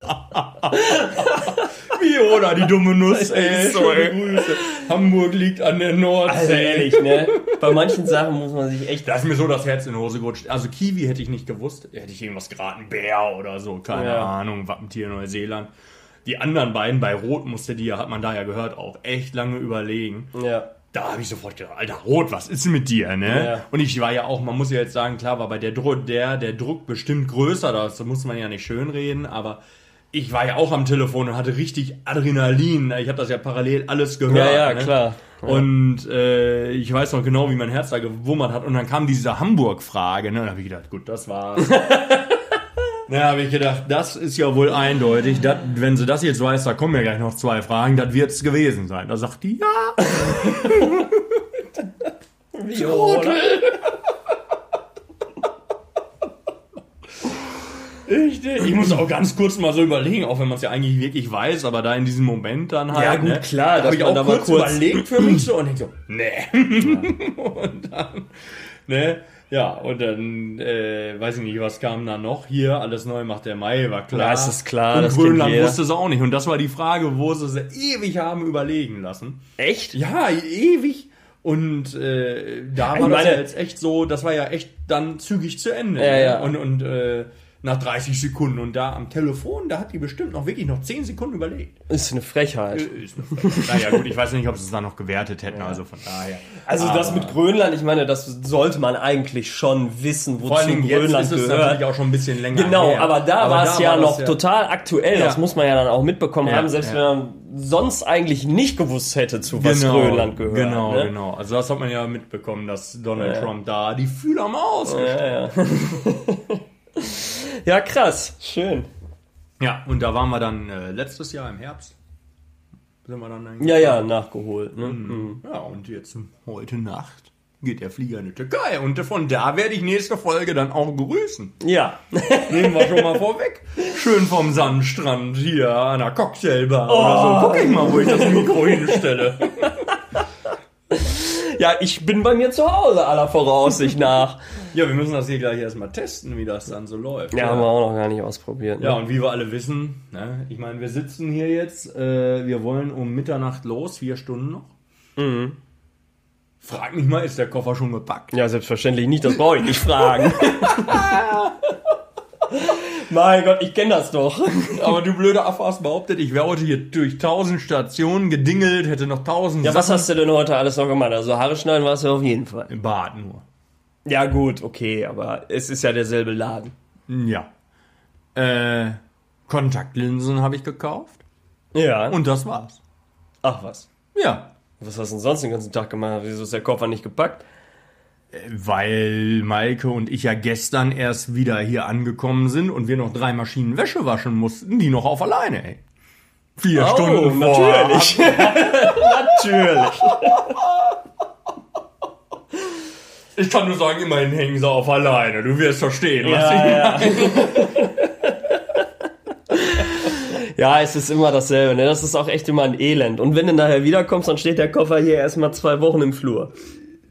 S2: Viola, die dumme Nuss, ey.
S1: So, ey.
S2: Schöne Grüße. Hamburg liegt an der Nordsee.
S1: Also ehrlich, ne? Bei manchen Sachen muss man sich echt.
S2: Da ist mir so das Herz in die Hose gerutscht. Also Kiwi hätte ich nicht gewusst. Hätte ich irgendwas geraten. Bär oder so. Keine
S1: Ja.
S2: Ahnung. Wappentier Neuseeland. Die anderen beiden, bei Rot musste die ja, hat man da ja gehört, auch echt lange überlegen.
S1: Ja.
S2: Da habe ich sofort gedacht, Alter, Rot, was ist denn mit dir, ne?
S1: Ja.
S2: Und ich war ja auch, man muss ja jetzt sagen, klar war bei der Druck, der, der Druck bestimmt größer, das muss man ja nicht schönreden, aber ich war ja auch am Telefon und hatte richtig Adrenalin. ne? Ich habe das ja parallel alles gehört.
S1: Ja, ja,
S2: ne?
S1: klar. Ja.
S2: Und äh, ich weiß noch genau, wie mein Herz da gewummert hat. Und dann kam diese Hamburg-Frage, ne? Und habe ich gedacht, gut, das war's. Na, habe ich gedacht, das ist ja wohl eindeutig. Das, wenn sie das jetzt weiß, da kommen ja gleich noch zwei Fragen, das wird's gewesen sein. Da sagt die, ja, Richtig. Ich muss auch ganz kurz mal so überlegen, auch wenn man es ja eigentlich wirklich weiß, aber da in diesem Moment dann halt.
S1: Ja, gut,
S2: ne, Da
S1: klar, dass
S2: habe ich
S1: man
S2: auch
S1: da mal
S2: kurz,
S1: kurz-
S2: überlegt für mich so und denk so, nee. und dann, ne, ja, und dann, äh, weiß ich nicht, was kam da noch hier? Alles neu macht der Mai, war klar.
S1: Ja, es ist klar,
S2: Und
S1: das kennt
S2: Grönland
S1: jeder.
S2: wusste es auch nicht. Und das war die Frage, wo sie es ewig haben überlegen lassen.
S1: Echt?
S2: Ja, ewig. Und äh, da
S1: Ich
S2: war das
S1: meine-
S2: ja jetzt echt so, das war ja echt dann zügig zu Ende. ne?
S1: Ja, ja.
S2: Und, und äh, nach 30 Sekunden und da am Telefon, da hat die bestimmt noch wirklich noch 10 Sekunden überlegt.
S1: Ist eine Frechheit.
S2: Ist eine Frechheit. naja, gut, ich weiß nicht, ob sie es dann noch gewertet hätten, also von daher.
S1: Also das mit Grönland, ich meine, das sollte man eigentlich schon wissen,
S2: Vor allen
S1: wozu
S2: Dingen jetzt
S1: Grönland
S2: ist es natürlich
S1: gehört.
S2: auch Ah, schon ein bisschen länger
S1: Genau,
S2: her.
S1: aber da war es ja
S2: das
S1: noch total aktuell, das
S2: Ja.
S1: muss man ja dann auch mitbekommen
S2: Ja,
S1: haben, selbst
S2: ja.
S1: wenn man sonst eigentlich nicht gewusst hätte, zu was Grönland gehört.
S2: Genau,
S1: ne?
S2: genau. Also das hat man ja mitbekommen, dass Donald
S1: Ja.
S2: Trump da die Fühler am Ausgeschlagen
S1: Ja, ja. ja, krass, schön.
S2: Ja, und da waren wir dann äh, letztes Jahr im Herbst. Sind wir dann
S1: Ja, ja, nachgeholt. Ne?
S2: Mhm. Ja, und jetzt heute Nacht geht der Flieger in die Türkei. Und von da werde ich nächste Folge dann auch grüßen.
S1: Hm. Ja.
S2: Nehmen wir schon mal vorweg. Schön vom Sandstrand hier an der Cocktailbar oder
S1: Oh.
S2: so. Guck ich mal, wo ich das Mikro hinstelle.
S1: ja, ich bin bei mir zu Hause aller Voraussicht nach.
S2: Ja, wir müssen das hier gleich erstmal testen, wie das dann so läuft.
S1: Ja, haben wir auch noch gar nicht ausprobiert. Ne?
S2: Ja, und wie wir alle wissen, ne, ich meine, wir sitzen hier jetzt, äh, wir wollen um Mitternacht los, vier Stunden noch. Mhm. Frag mich mal, ist der Koffer schon gepackt?
S1: Ja, selbstverständlich nicht, das brauche ich nicht fragen. mein Gott, ich kenne das doch.
S2: Aber du blöder Affe hast behauptet, ich wäre heute hier durch tausend Stationen gedingelt, hätte noch tausend
S1: Ja, was hast du denn heute alles noch gemacht? Also Haare schneiden warst du auf jeden Fall.
S2: Im Bad nur.
S1: Ja gut, okay, aber es ist ja derselbe Laden.
S2: Ja. Äh, Kontaktlinsen habe ich gekauft
S1: Ja. Und
S2: und das war's.
S1: ach was.
S2: Ja.
S1: Was hast du denn sonst den ganzen Tag gemacht? Wieso ist der Koffer nicht gepackt?
S2: Weil Maike und ich ja gestern erst wieder hier angekommen sind und wir noch drei Maschinen Wäsche waschen mussten, die noch auf alleine, ey. Vier
S1: Oh,
S2: Stunden vor.
S1: natürlich.
S2: natürlich. Ich kann nur sagen, immerhin hängen sie auf alleine. Du wirst verstehen, was ich
S1: ja. ja, es ist immer dasselbe. Ne? Das ist auch echt immer ein Elend. Und wenn du nachher wiederkommst, dann steht der Koffer hier erstmal zwei Wochen im Flur.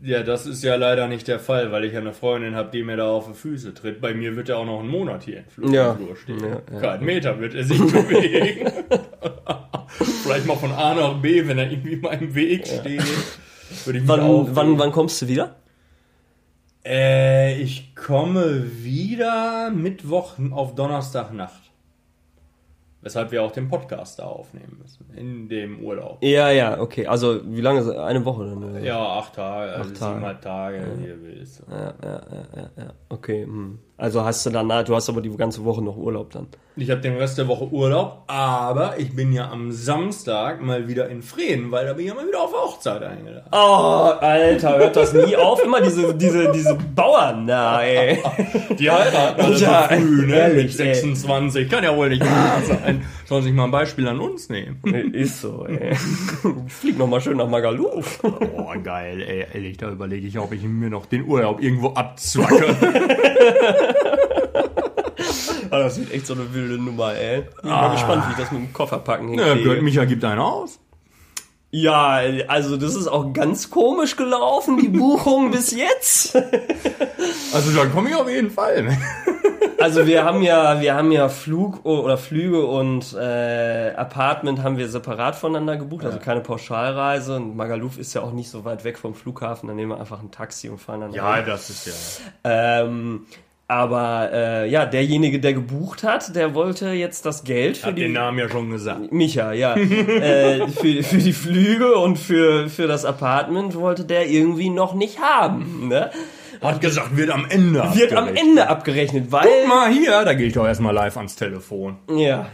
S2: Ja, das ist ja leider nicht der Fall, weil ich ja eine Freundin habe, die mir da auf die Füße tritt. Bei mir wird er auch noch einen Monat hier im Flur,
S1: Ja.
S2: im Flur stehen. Kein Meter wird er sich bewegen. Vielleicht mal von A nach B, wenn er irgendwie mal im Weg steht. Würde ich mich
S1: Wann,
S2: aufregen.
S1: wann, wann kommst du wieder?
S2: Äh, ich komme wieder Mittwoch auf Donnerstagnacht. Weshalb wir auch den Podcast da aufnehmen müssen. In dem Urlaub.
S1: Ja, ja, okay. Also wie lange? ist- Eine Woche dann? ne? oder?
S2: Ja, acht Tage, also
S1: Acht Tage.
S2: siebeneinhalb Tage, wie ihr willst.
S1: Okay. hm. Also hast du dann, du hast aber die ganze Woche noch Urlaub dann.
S2: Ich habe den Rest der Woche Urlaub, aber ich bin ja am Samstag mal wieder in Freden, weil da bin ich ja mal wieder auf Hochzeit eingeladen.
S1: Oh, Alter, hört das nie auf? Immer diese, diese, diese Bauern da, ey.
S2: Die heiraten alle so
S1: Ja,
S2: früh, ne? Mit
S1: ehrlich, ey.
S2: 26. Kann ja wohl nicht wahr sein. Sollen sich mal ein Beispiel an uns nehmen.
S1: Ist so, ey. Flieg nochmal schön nach Magaluf.
S2: Oh, geil, ey, ehrlich, da überlege ich, ob ich mir noch den Urlaub irgendwo abzwacke.
S1: Ah, das wird echt so eine wilde Nummer, ey. Ich bin mal gespannt, wie ich das mit dem Kofferpacken
S2: ja,
S1: hinkriege.
S2: gehört Micha gibt einen aus.
S1: Ja, also das ist auch ganz komisch gelaufen, die Buchung bis jetzt.
S2: Also dann komme ich auf jeden Fall. ne?
S1: Also wir haben ja, wir haben ja Flug oder Flüge und äh, Apartment haben wir separat voneinander gebucht, also keine Pauschalreise. Und Magaluf ist ja auch nicht so weit weg vom Flughafen, dann nehmen wir einfach ein Taxi und fahren dann. rein.
S2: das ist ja.
S1: Ähm, aber äh, ja, derjenige, der gebucht hat, der wollte jetzt das Geld für
S2: Hab
S1: die
S2: den Namen ja schon gesagt.
S1: Micha, ja. äh, für, für die Flüge und für, für das Apartment wollte der irgendwie noch nicht haben. Ne?
S2: Hat gesagt, wird am Ende.
S1: Wird am
S2: abgerechnet.
S1: Ende abgerechnet,
S2: Guck
S1: weil.
S2: mal hier, da gehe ich doch erstmal live ans Telefon.
S1: Ja,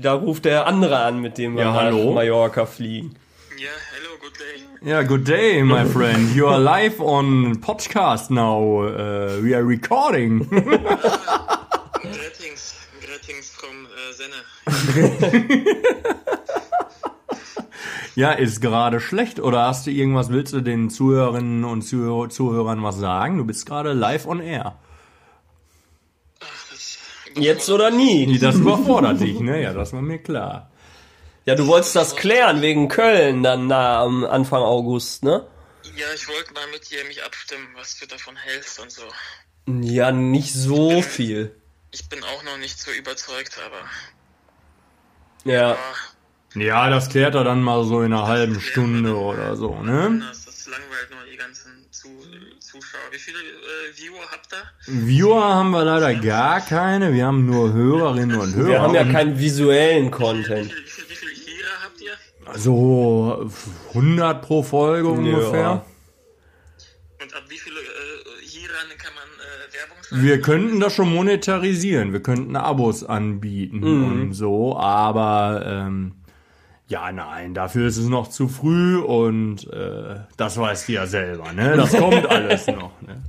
S1: da ruft der andere an, mit dem wir
S2: Ja,
S1: nach
S2: hallo?
S1: Mallorca fliegen.
S8: Ja, hello, good day.
S2: Yeah, good day, my friend. You are live on podcast now. Uh, we are recording.
S8: Greetings, greetings from äh, Senne.
S2: ja, ist gerade schlecht oder hast du irgendwas? Willst du den Zuhörerinnen und Zuhör Zuhörern was sagen? Du bist gerade live on air.
S1: Jetzt oder nie?
S2: Das überfordert dich, ne? Ja, das war mir klar.
S1: Ja, du wolltest das klären wegen Köln dann da am Anfang August, ne?
S8: Ja, ich wollte mal mit dir mich abstimmen, was du davon hältst und so.
S1: Ja, nicht so viel.
S8: Ich bin auch noch nicht so überzeugt, aber
S1: Ja,
S2: Ja, das klärt er dann mal so in einer halben Stunde oder so, ne?
S8: das, das langweilt nur die ganzen Zu Zuschauer. Wie viele äh, Viewer habt ihr?
S2: Viewer haben wir leider gar keine. Wir haben nur Hörerinnen und Hörer.
S1: wir haben ja
S2: Und
S1: keinen visuellen
S8: Wie
S1: Content.
S8: viele, wie viele, wie viele Vierer habt ihr?
S2: so 100 pro Folge ungefähr.
S8: Und ab wie viele äh, Hierern kann man äh, Werbung schalten?
S2: Wir könnten das schon monetarisieren, wir könnten Abos anbieten
S1: Mhm.
S2: und so, aber ähm, ja, nein, dafür ist es noch zu früh und äh, das weißt du ja selber, ne? Das kommt alles noch, ne?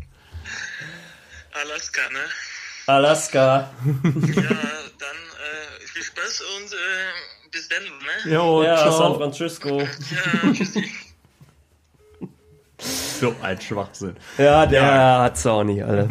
S8: Alaska, ne?
S1: Alaska.
S8: Ja, dann äh, viel Spaß und äh, bis dann, ne?
S2: Jo,
S1: Ja, San
S2: ciao.
S1: Francisco.
S8: Ja, tschüssi.
S2: So ein Schwachsinn.
S1: Ja, der hat's auch nicht alle.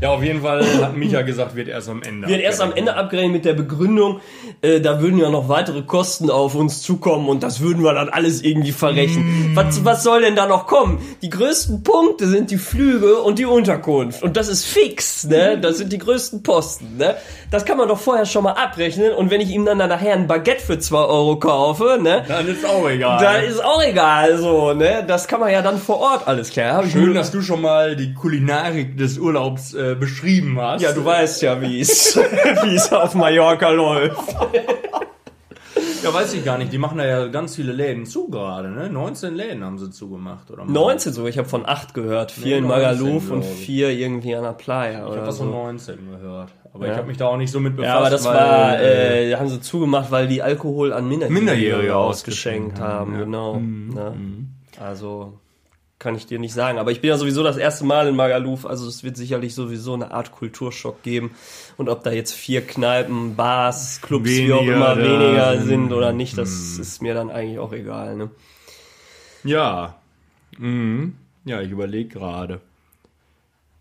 S2: Ja, auf jeden Fall hat Micha gesagt, wird erst am Ende.
S1: Wird erst am Ende abgerechnet mit der Begründung, äh, da würden ja noch weitere Kosten auf uns zukommen und das würden wir dann alles irgendwie
S2: Mm.
S1: verrechnen. Was, was soll denn da noch kommen? Die größten Punkte sind die Flüge und die Unterkunft. Und das ist fix, ne? Das sind die größten Posten, ne? Das kann man doch vorher schon mal abrechnen und wenn ich ihm dann nachher ein Baguette für zwei Euro kaufe, ne?
S2: Dann ist auch egal.
S1: Da ist auch egal, so, ne? Das kann man ja dann vor Ort alles klar. Hab ich
S2: Schön,
S1: mir-
S2: dass du schon mal die Kulinarik des Urlaubs äh, beschrieben hast.
S1: Ja, du weißt ja, wie es wie es auf Mallorca läuft.
S2: Ja, weiß ich gar nicht. Die machen da ja ganz viele Läden zu gerade, ne? 19 Läden haben sie zugemacht, oder?
S1: 19 sogar, ich habe von 8 gehört. Vier
S2: Nee,
S1: in
S2: 19,
S1: Magaluf und
S2: glaub ich.
S1: vier irgendwie an der Playa.
S2: Ich
S1: oder
S2: habe was von
S1: so.
S2: 19 gehört. Aber
S1: Also- Ja.
S2: ich habe mich da auch nicht so mit befasst.
S1: Ja, aber das
S2: weil,
S1: war,
S2: äh,
S1: äh, haben sie zugemacht, weil die Alkohol an Minderjährige,
S2: Minderjährige
S1: ausgeschenkt
S2: ausgeschenkt
S1: haben,
S2: haben, ja.
S1: genau. ne? Also kann ich dir nicht sagen. Aber ich bin ja sowieso das erste Mal in Magaluf, also es wird sicherlich sowieso eine Art Kulturschock geben. Und ob da jetzt vier Kneipen, Bars, Clubs, wie auch
S2: Weniger
S1: immer,
S2: da
S1: weniger
S2: sind.
S1: sind Mhm. oder nicht, das ist mir dann eigentlich auch egal. Ne?
S2: ja. Mhm. Ja, ich überlege gerade.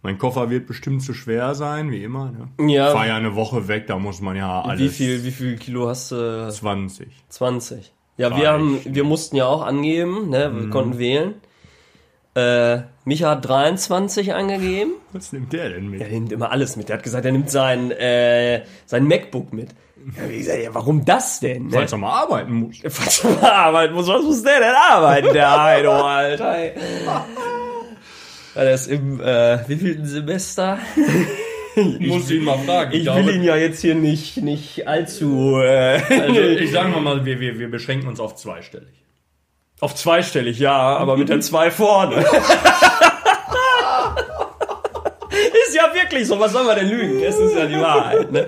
S2: Mein Koffer wird bestimmt zu schwer sein, wie immer. Ne?
S1: Ja.
S2: War ja eine Woche weg, da muss man ja alles.
S1: Wie viel, wie viel Kilo hast du?
S2: 20.
S1: 20. Ja, wir, haben, wir mussten ja auch angeben, ne? wir konnten wählen. Äh, Micha hat 23 angegeben.
S2: Was nimmt der denn mit?
S1: Der nimmt immer alles mit. Der hat gesagt, er nimmt sein, äh, sein MacBook mit. Ja, hab ich gesagt, ja, warum das denn? Ne?
S2: Falls er mal arbeiten muss.
S1: Was für arbeiten muss, was muss der denn arbeiten, der Heido, Alter? ey? Ja, der ist im äh, wievielten Semester?
S2: Ich muss ihn mal fragen.
S1: Ich will ihn ja jetzt hier nicht, nicht allzu... Äh,
S2: Also, ich sage mal, wir, wir, wir beschränken uns auf zweistellig.
S1: auf zweistellig, ja, aber mit der 2 vorne. ist ja wirklich so, was soll man denn lügen? Das ist ja die Wahrheit, ne?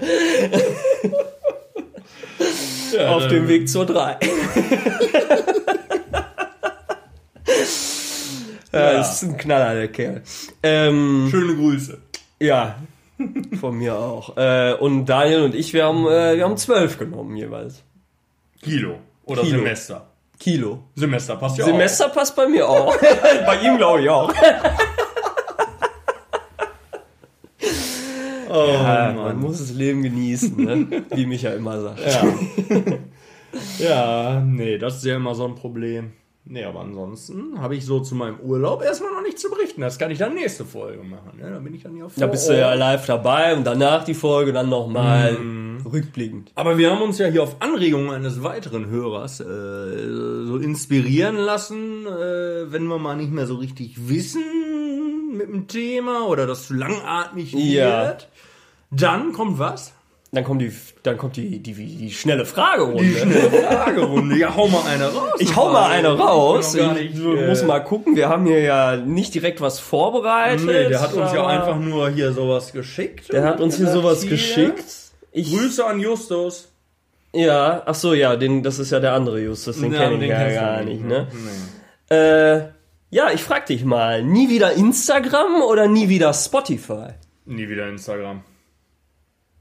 S1: auf dem
S2: äh,
S1: Weg zur 3. ja, das ist ein Knaller, der Kerl. Ähm,
S2: Schöne Grüße.
S1: ja, von mir auch. Äh, und Daniel und ich, wir haben, äh, wir haben 12 genommen jeweils.
S2: Kilo. Oder
S1: Kilo.
S2: Semester.
S1: Kilo.
S2: Semester passt ja
S1: Semester passt bei mir auch. bei ihm glaube ich auch.
S2: auch. Oh,
S1: Ja, man
S2: Mann.
S1: muss das Leben genießen, ne? wie Micha immer sagt.
S2: Ja, nee, das ist ja immer so ein Problem. Nee, aber ansonsten habe ich so zu meinem Urlaub erstmal noch nichts zu berichten. Das kann ich dann nächste Folge machen. Ne? Da bin ich dann ja vor
S1: Da bist du ja
S2: Ort.
S1: live dabei und danach die Folge dann nochmal
S2: Mhm.
S1: rückblickend.
S2: Aber wir haben uns ja hier auf Anregung eines weiteren Hörers äh, so inspirieren lassen, äh, wenn wir mal nicht mehr so richtig wissen mit dem Thema oder das zu langatmig
S1: Ja.
S2: wird. Dann kommt was?
S1: Dann kommt die, dann kommt die, die, die, die schnelle Fragerunde.
S2: Fragerunde. Ja, hau mal eine raus.
S1: ich hau mal eine raus.
S2: Ich bin noch gar
S1: Ich
S2: nicht, äh,
S1: muss mal gucken. Wir haben hier ja nicht direkt was vorbereitet.
S2: Nee, der hat uns ja
S1: aber
S2: einfach nur hier sowas geschickt.
S1: Der hat uns hier
S2: gesagt,
S1: sowas
S2: hier,
S1: geschickt. Ich,
S2: Grüße an Justus.
S1: ja, ach so, ja, den, das ist ja der andere Justus, den
S2: Ja,
S1: kenne ich
S2: den
S1: ja
S2: kennst du
S1: gar nicht,
S2: nicht,
S1: ne? Äh, ja, ich frag dich mal, nie wieder Instagram oder nie wieder Spotify?
S2: Nie wieder Instagram.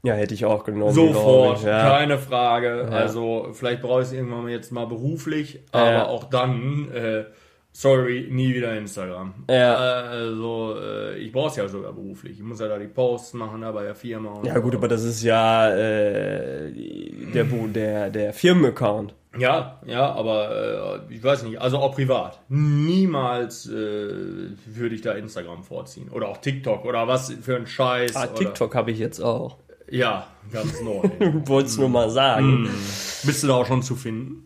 S1: Ja, hätte ich auch genommen. Oh, glaub
S2: Sofort,
S1: Ich, ja.
S2: keine Frage. Also, vielleicht brauche ich es irgendwann mal jetzt mal beruflich,
S1: Ja.
S2: aber auch dann, äh, sorry, nie wieder Instagram.
S1: Ja.
S2: Äh, also, äh, ich brauche es ja sogar beruflich. Ich muss ja da die Posts machen, da bei der Firma. Und
S1: ja gut, aber das ist ja äh, der, Bu- der, der Firmenaccount.
S2: Ja, ja, aber äh, ich weiß nicht, also auch privat. Niemals äh, würde ich da Instagram vorziehen. Oder auch TikTok oder was für ein Scheiß.
S1: Ah,
S2: oder,
S1: TikTok habe ich jetzt auch.
S2: Ja, ganz neu.
S1: Wollt's nur mal sagen.
S2: Hm. Bist du da auch schon zu finden?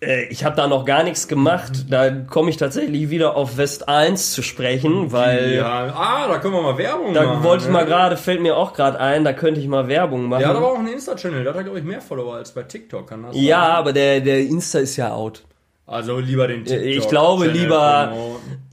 S1: Äh, ich habe da noch gar nichts gemacht. Da komme ich tatsächlich wieder auf West 1 zu sprechen, weil
S2: Ja, ah, da können wir mal Werbung
S1: Äh, da
S2: machen.
S1: wollte ich
S2: ne?
S1: mal gerade, fällt mir auch gerade ein, da könnte ich mal Werbung machen.
S2: Der hat aber auch einen Insta-Channel, der hat, glaube ich, mehr Follower als bei TikTok. Kann das
S1: ja,
S2: sein?
S1: aber der, der Insta ist ja out.
S2: Also lieber den TikTok.
S1: Ich glaube, lieber-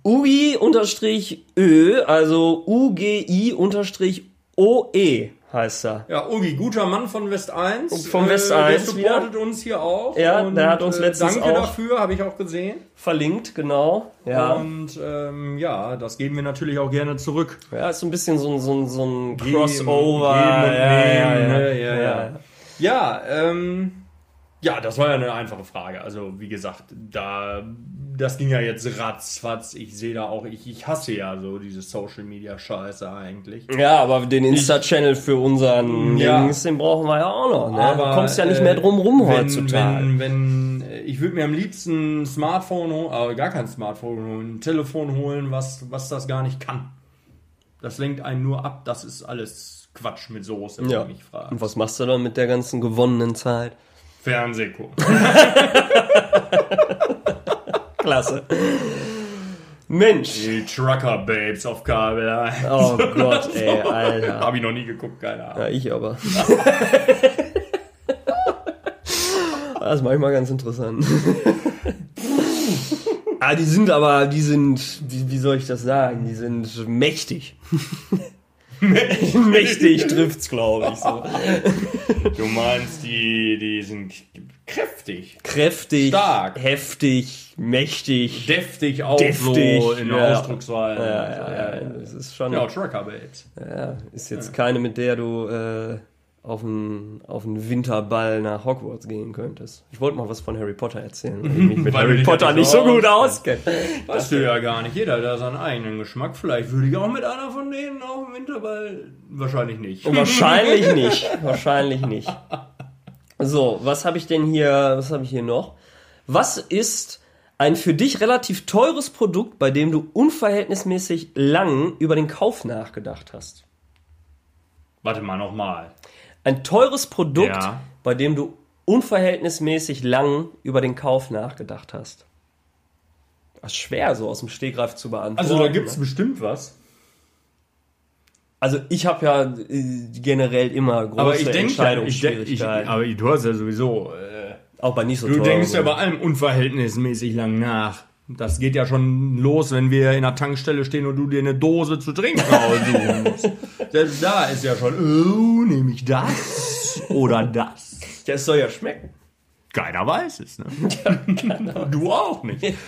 S1: Ugi-Ö, also UGI-OE E heißt er.
S2: Ja, Ugi, guter Mann von West 1.
S1: Von West
S2: Der
S1: 1
S2: supportet uns hier auch.
S1: Ja, der hat uns
S2: äh,
S1: letztens
S2: Danke
S1: auch-
S2: dafür, habe ich auch gesehen.
S1: Verlinkt, genau. Ja.
S2: Und ähm, ja, das geben wir natürlich auch gerne zurück.
S1: Ja, ist so ein bisschen so ein, so ein, so ein
S2: Geben,
S1: Crossover.
S2: geben und ne?
S1: ja, ja,
S2: nehmen,
S1: ja,
S2: ne? Ja, ja. Ja, ähm, Ja, das war ja eine einfache Frage. Also, wie gesagt, da, das ging ja jetzt ratzfatz. Ich sehe da auch, ich, ich hasse ja so diese Social Media Scheiße eigentlich.
S1: Ja, aber den Insta-Channel für unseren
S2: Ja.
S1: Links, den brauchen wir ja auch noch. Ne?
S2: Aber,
S1: du kommst ja nicht
S2: äh,
S1: mehr drum rum
S2: wenn,
S1: heutzutage.
S2: Wenn, wenn, äh, ich würde mir am liebsten ein Smartphone holen, äh, gar kein Smartphone holen, ein Telefon holen, was, was das gar nicht kann. Das lenkt einen nur ab, das ist alles Quatsch mit Soße, wenn
S1: ja.
S2: du mich fragst.
S1: Und was machst du dann mit der ganzen gewonnenen Zeit?
S2: Fernseh gucken.
S1: Klasse. Mensch.
S2: Die Trucker Babes auf Kabel 1.
S1: Oh Gott, ey, Alter.
S2: Hab ich noch nie geguckt, keine Ahnung.
S1: Ja, ich aber. Das ist manchmal ganz interessant. Ah, die sind aber, die sind, die, wie soll ich das sagen? Die sind mächtig. mächtig trifft's, glaube ich. So.
S2: Du meinst, die, die sind k- kräftig.
S1: Kräftig,
S2: Stark.
S1: heftig, mächtig.
S2: Deftig auch
S1: Deftig,
S2: so in der
S1: ja.
S2: Ausdrucksweise.
S1: ja, ja, ja, das ist schon.
S2: Ja, Trucker Babes.
S1: Ja, ist jetzt keine, mit der du äh, auf einen auf einen Winterball nach Hogwarts gehen könntest. Ich wollte mal was von Harry Potter erzählen, weil ich mich mit
S2: Weil du
S1: Harry
S2: dich
S1: Potter
S2: natürlich
S1: nicht so
S2: auch
S1: gut auskenne.
S2: auskennst. Weißt du ja gar nicht. Jeder hat da seinen eigenen Geschmack. Vielleicht würde ich auch mit einer von denen auf dem Winterball. Wahrscheinlich nicht.
S1: Oh. Wahrscheinlich nicht. Wahrscheinlich nicht. So, was habe ich denn hier? Was habe ich hier noch? Was ist ein für dich relativ teures Produkt, bei dem du unverhältnismäßig lang über den Kauf nachgedacht hast?
S2: Warte mal nochmal.
S1: Ein teures Produkt,
S2: Ja.
S1: bei dem du unverhältnismäßig lang über den Kauf nachgedacht hast. Das ist schwer, so aus dem Stegreif zu beantworten.
S2: Also, da gibt's
S1: ne?
S2: bestimmt was.
S1: Also ich habe ja äh, generell immer große
S2: Aber ich denke, ich denk, ich,
S1: Entscheidungsschwierigkeiten.
S2: aber du hast ja sowieso. Äh,
S1: auch bei nicht so
S2: Du
S1: teuren
S2: denkst ja
S1: Sachen.
S2: bei allem unverhältnismäßig lang nach. Das geht ja schon los, wenn wir in einer Tankstelle stehen und du dir eine Dose zu trinken aussuchen musst. Selbst da ist ja schon, oh, nehme ich das oder das.
S1: Das soll ja schmecken.
S2: Keiner weiß es, ne? du auch nicht.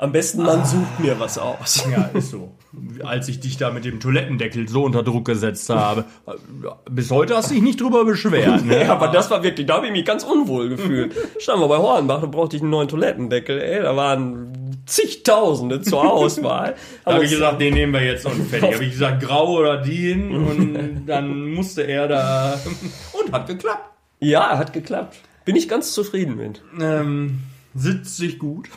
S2: Ah.
S1: Am besten man sucht mir was aus.
S2: Ja, ist so. Als ich dich da mit dem Toilettendeckel so unter Druck gesetzt habe, bis heute hast du dich nicht drüber beschwert, ne?
S1: Ja, aber das war wirklich, da habe ich mich ganz unwohl gefühlt. Standen wir bei Hornbach, da brauchte ich einen neuen Toilettendeckel, ey, da waren zigtausende zur Auswahl.
S2: Da
S1: Aber
S2: habe ich
S1: es-
S2: gesagt, den nehmen wir jetzt und fertig. Habe ich gesagt, grau oder den und dann musste er da und hat geklappt.
S1: Ja, hat geklappt. Bin ich ganz zufrieden mit.
S2: Ähm, sitzt sich gut.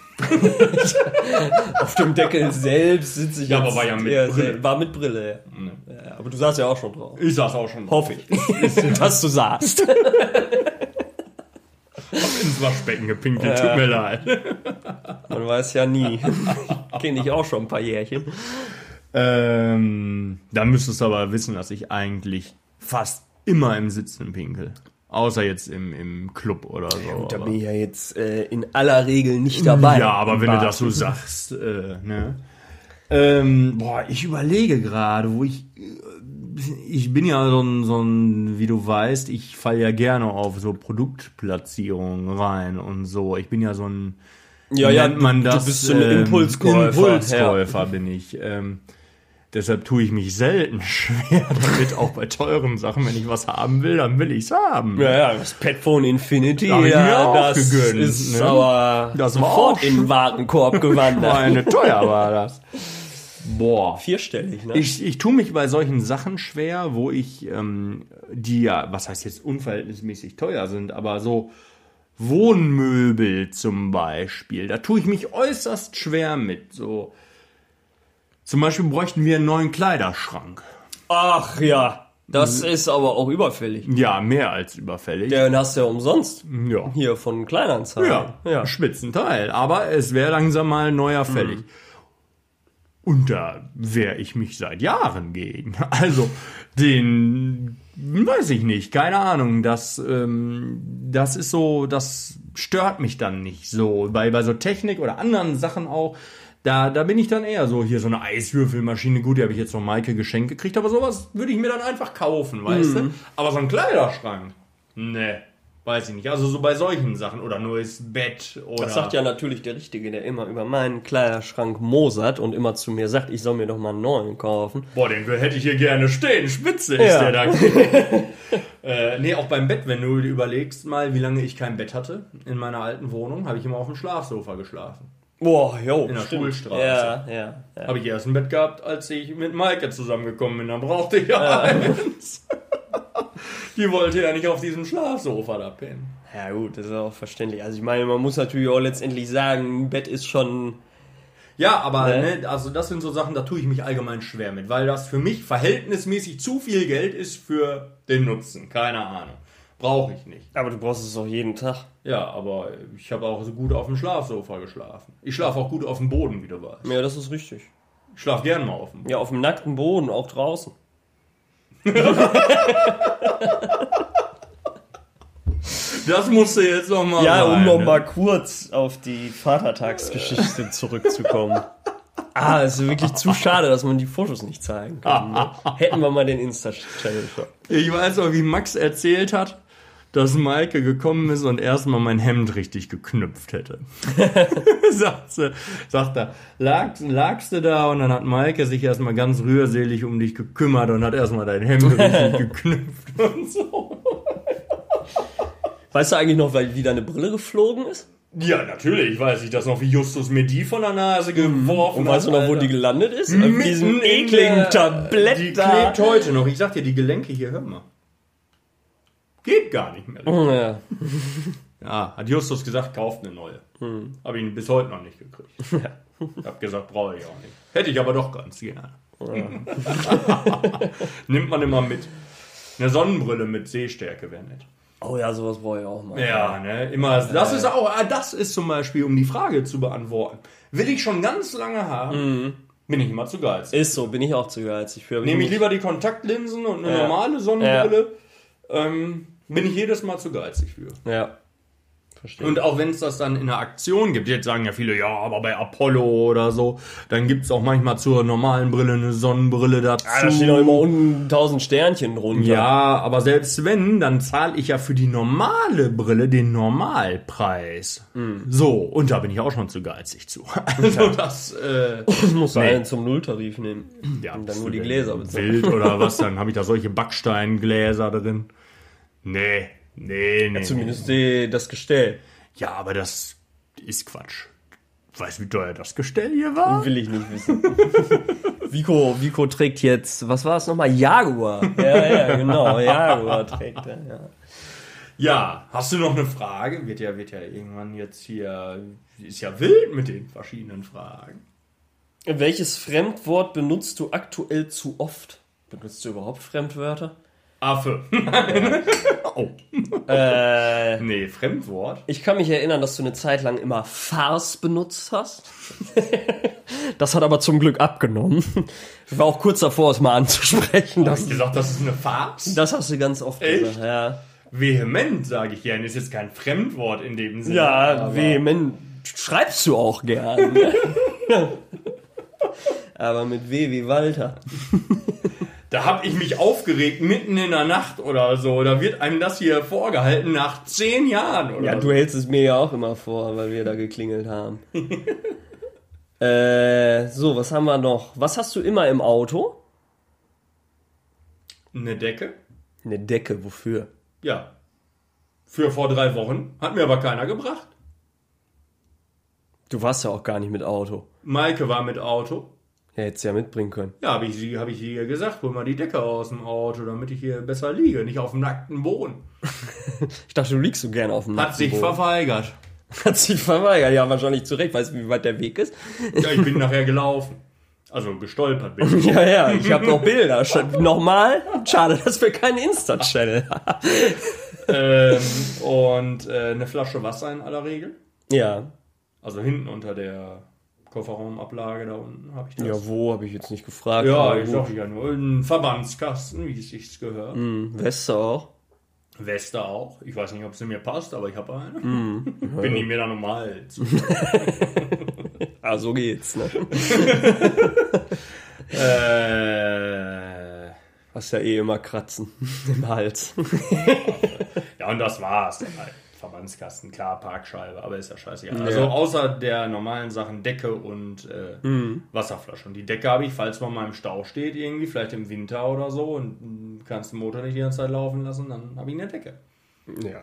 S1: Auf dem Deckel selbst sitze ich
S2: Ja,
S1: jetzt
S2: aber war ja mit
S1: eher
S2: Brille.
S1: sel- War mit Brille, ja. ja. Aber du saßt ja auch schon drauf.
S2: Ich saß auch schon
S1: Hoffe ich, dass du saßt.
S2: ins Waschbecken gepinkelt, tut mir leid.
S1: Man weiß ja nie. Kenne ich auch schon ein paar Jährchen.
S2: Ähm, da müsstest du aber wissen, dass ich eigentlich fast immer im Sitzen pinkel. Außer jetzt im, im Club oder so.
S1: Da
S2: aber-
S1: bin ich ja jetzt äh, in aller Regel nicht dabei.
S2: Ja, aber wenn
S1: Bart.
S2: du das so sagst, äh, ne? Ähm, boah, ich überlege gerade, wo ich. äh, Ich bin ja so ein, so ein, wie du weißt, ich falle ja gerne auf so Produktplatzierungen rein und so. Ich bin ja so ein,
S1: ja, ja,
S2: nennt man
S1: du-
S2: das?
S1: du bist so ein
S2: ähm,
S1: Impulskäufer.
S2: Impulskäufer bin ich. Ähm, deshalb tue ich mich selten schwer damit, auch bei teuren Sachen. Wenn ich was haben will, dann will ich's haben.
S1: Ja, ja, das Petphone Infinity,
S2: Hab ich
S1: ja,
S2: mir auch
S1: das
S2: gegönnt,
S1: ist
S2: ne?
S1: aber
S2: Das war
S1: sofort
S2: auch
S1: in den Warenkorb gewandert.
S2: Meine teuer war das. Boah.
S1: Vierstellig, ne?
S2: Ich, ich tue mich bei solchen Sachen schwer, wo ich, ähm, die ja, was heißt jetzt unverhältnismäßig teuer sind, aber so Wohnmöbel zum Beispiel, da tue ich mich äußerst schwer mit. So zum Beispiel bräuchten wir einen neuen Kleiderschrank.
S1: Ach ja,
S2: Mhm.
S1: das ist aber auch überfällig.
S2: Ja, mehr als überfällig.
S1: Den hast du ja umsonst.
S2: ja.
S1: Hier von Kleinanzeigen.
S2: Ja,
S1: ja.
S2: Spitzenteil. Aber es wäre langsam mal neuer fällig. Und da wehre ich mich seit Jahren gegen. Also den, weiß ich nicht, keine Ahnung. Das, ähm, das ist so, das stört mich dann nicht so. Bei, bei so Technik oder anderen Sachen auch. Da, da bin ich dann eher so, hier so eine Eiswürfelmaschine, gut, die habe ich jetzt von Maike geschenkt
S1: Mhm.
S2: gekriegt, aber sowas würde ich mir dann einfach kaufen, weißt du? Aber so ein Kleiderschrank, ne, Weiß ich nicht. Also so bei solchen Sachen oder neues Bett oder.
S1: Das sagt ja natürlich der Richtige, der immer über meinen Kleiderschrank mosert und immer zu mir sagt, ich soll mir doch mal einen neuen kaufen.
S2: Boah, den hätte ich hier gerne stehen. Spitze ist der
S1: Ja.
S2: da. äh, nee, auch beim Bett, wenn du dir überlegst mal, wie lange ich kein Bett hatte in meiner alten Wohnung, habe ich immer auf dem Schlafsofa geschlafen.
S1: Boah, jo.
S2: In der
S1: stimmt.
S2: Schulstraße.
S1: Ja, ja, ja.
S2: Habe ich erst ein Bett gehabt, als ich mit Maike zusammengekommen bin. Dann brauchte ich ja eins. Die wollte ja nicht auf diesem Schlafsofa da pennen.
S1: Ja gut, das ist auch verständlich. Also ich meine, man muss natürlich auch letztendlich sagen, ein Bett ist schon...
S2: Ja, aber
S1: Ne?
S2: ne, also das sind so Sachen, da tue ich mich allgemein schwer mit, weil das für mich verhältnismäßig zu viel Geld ist für den Nutzen. Keine Ahnung. Brauche ich nicht.
S1: Aber du brauchst es auch jeden Tag.
S2: Ja, aber ich habe auch so gut auf dem Schlafsofa geschlafen. Ich schlafe auch gut auf dem Boden, wie du weißt.
S1: Ja, das ist richtig.
S2: Ich schlafe gern mal auf dem Boden.
S1: Ja, auf dem nackten Boden, auch draußen.
S2: Das musst du jetzt nochmal.
S1: Ja, um
S2: ne?
S1: noch mal kurz auf die Vatertagsgeschichte zurückzukommen. Ah, es ist wirklich zu schade, dass man die Fotos nicht zeigen kann. Ne? Hätten wir mal den Insta-Channel schon.
S2: Ich weiß auch, wie Max erzählt hat, dass Maike gekommen ist und erstmal mein Hemd richtig geknüpft hätte. sagt, sie, sagt er, lag, lagst du da und dann hat Maike sich erstmal ganz rührselig um dich gekümmert und hat erstmal dein Hemd richtig geknüpft und so.
S1: Weißt du eigentlich noch, weil wie deine Brille geflogen ist?
S2: Ja, natürlich weiß ich das noch, wie Justus mir die von der Nase geworfen
S1: Und weißt du noch, wo die gelandet ist? Auf diesem ekligen Tablett
S2: Die
S1: da.
S2: klebt heute noch. Ich sag dir, die Gelenke hier, hör mal. Geht gar nicht mehr.
S1: Ja.
S2: Ja, hat Justus gesagt, kauft eine neue.
S1: Hm.
S2: Habe ihn bis heute noch nicht gekriegt. Hab gesagt, brauche ich auch nicht. Hätte ich aber doch ganz gerne. Nimmt man immer mit. Eine Sonnenbrille mit Sehstärke wäre nett.
S1: Oh ja, sowas brauche ich auch mal.
S2: Ja, ne, immer.
S1: Äh.
S2: Das ist auch, ah, das ist zum Beispiel, um die Frage zu beantworten. Will ich schon ganz lange haben,
S1: Hm.
S2: bin ich immer zu geizig.
S1: Ist so, bin ich auch zu geizig für.
S2: Nehme ich lieber die Kontaktlinsen und eine
S1: Ja.
S2: normale Sonnenbrille, ähm, bin ich jedes Mal zu geizig für.
S1: Ja. Verstehe.
S2: Und auch wenn es das dann in einer Aktion gibt, jetzt sagen ja viele, ja, aber bei Apollo oder so, dann gibt es auch manchmal zur normalen Brille eine Sonnenbrille dazu.
S1: Ah, da stehen auch immer unten tausend Sternchen drunter.
S2: ja, aber selbst wenn, dann zahle ich ja für die normale Brille den Normalpreis. So, und da bin ich auch schon zu geizig zu. Also das, äh,
S1: Das muss man einen zum Nulltarif nehmen.
S2: ja,
S1: Und dann nur die Gläser bezahlen.
S2: Wild oder was, dann habe ich da solche Backsteingläser drin. Nee, nee, nee.
S1: Zumindest die, das Gestell.
S2: Ja, aber das ist Quatsch. Weißt du, wie teuer das Gestell hier war?
S1: Will ich nicht wissen. Vico, Vico trägt jetzt, was war es nochmal? Jaguar. Ja, ja, genau. Jaguar trägt er. Ja.
S2: Ja, hast du noch eine Frage? Wird ja, wird ja irgendwann jetzt hier. Ist ja wild mit den verschiedenen Fragen.
S1: Welches Fremdwort benutzt du aktuell zu oft? Benutzt du überhaupt Fremdwörter?
S2: Affe. oh.
S1: Äh,
S2: Nee, Fremdwort.
S1: ich kann mich erinnern, dass du eine Zeit lang immer Farce benutzt hast. Das hat aber zum Glück abgenommen. Ich war auch kurz davor, es mal anzusprechen.
S2: Hast
S1: Das,
S2: du gesagt, das ist eine Farce?
S1: das hast du ganz oft
S2: Echt?
S1: gesagt. Ja,
S2: Vehement, sage ich ja. Ist jetzt kein Fremdwort in dem Sinne.
S1: ja
S2: aber-
S1: vehement. Schreibst du auch gern. ne? aber mit W wie Walter.
S2: Da hab ich mich aufgeregt, mitten in der Nacht oder so. Da wird einem das hier vorgehalten nach zehn Jahren oder
S1: Ja,
S2: so.
S1: du hältst es mir ja auch immer vor, weil wir da geklingelt haben. äh, so, was haben wir noch? Was hast du immer im Auto?
S2: Eine Decke?
S1: Eine Decke, wofür?
S2: Ja. Für vor drei Wochen. Hat mir aber keiner gebracht.
S1: Du warst ja auch gar nicht mit Auto.
S2: Maike war mit Auto.
S1: Ja, hättest du ja mitbringen können.
S2: Ja, habe ich, sie- hab ich ihr gesagt, hol mal die Decke aus dem Auto, damit ich hier besser liege, nicht auf dem nackten Boden.
S1: Ich dachte, du liegst so gerne auf dem
S2: Hat sich
S1: Nackenboden.
S2: verweigert.
S1: Hat sich verweigert. Ja, wahrscheinlich zu Recht. Weißt du, wie weit der Weg ist?
S2: Ja, ich bin nachher gelaufen. Also gestolpert bin ich.
S1: ja, ja, ich habe noch Bilder. Sch- Nochmal? Schade, dass wir keinen Insta-Channel haben.
S2: ähm, und äh, eine Flasche Wasser in aller Regel.
S1: Ja.
S2: Also hinten unter der Kofferraumablage da unten habe ich das.
S1: Ja, wo habe ich jetzt nicht gefragt.
S2: Ja,
S1: aber
S2: ich
S1: gut.
S2: sag ja nur, ein Verbandskasten, wie es sich gehört.
S1: Hm, Weste auch.
S2: Weste auch. Ich weiß nicht, ob sie mir passt, aber ich habe eine. Bin Mhm. ich mir da normal zu.
S1: Ah, so geht's, ne?
S2: Äh,
S1: Hast ja eh immer Kratzen im Hals.
S2: Ja, und das war's. Der Verbandskasten, klar, Parkscheibe, aber ist ja scheißegal. Also außer der normalen Sachen Decke und äh, Wasserflasche. Und die Decke habe ich, falls man mal im Stau steht, irgendwie, vielleicht im Winter oder so, und mh, kannst den Motor nicht die ganze Zeit laufen lassen, dann habe ich eine Decke.
S1: ja,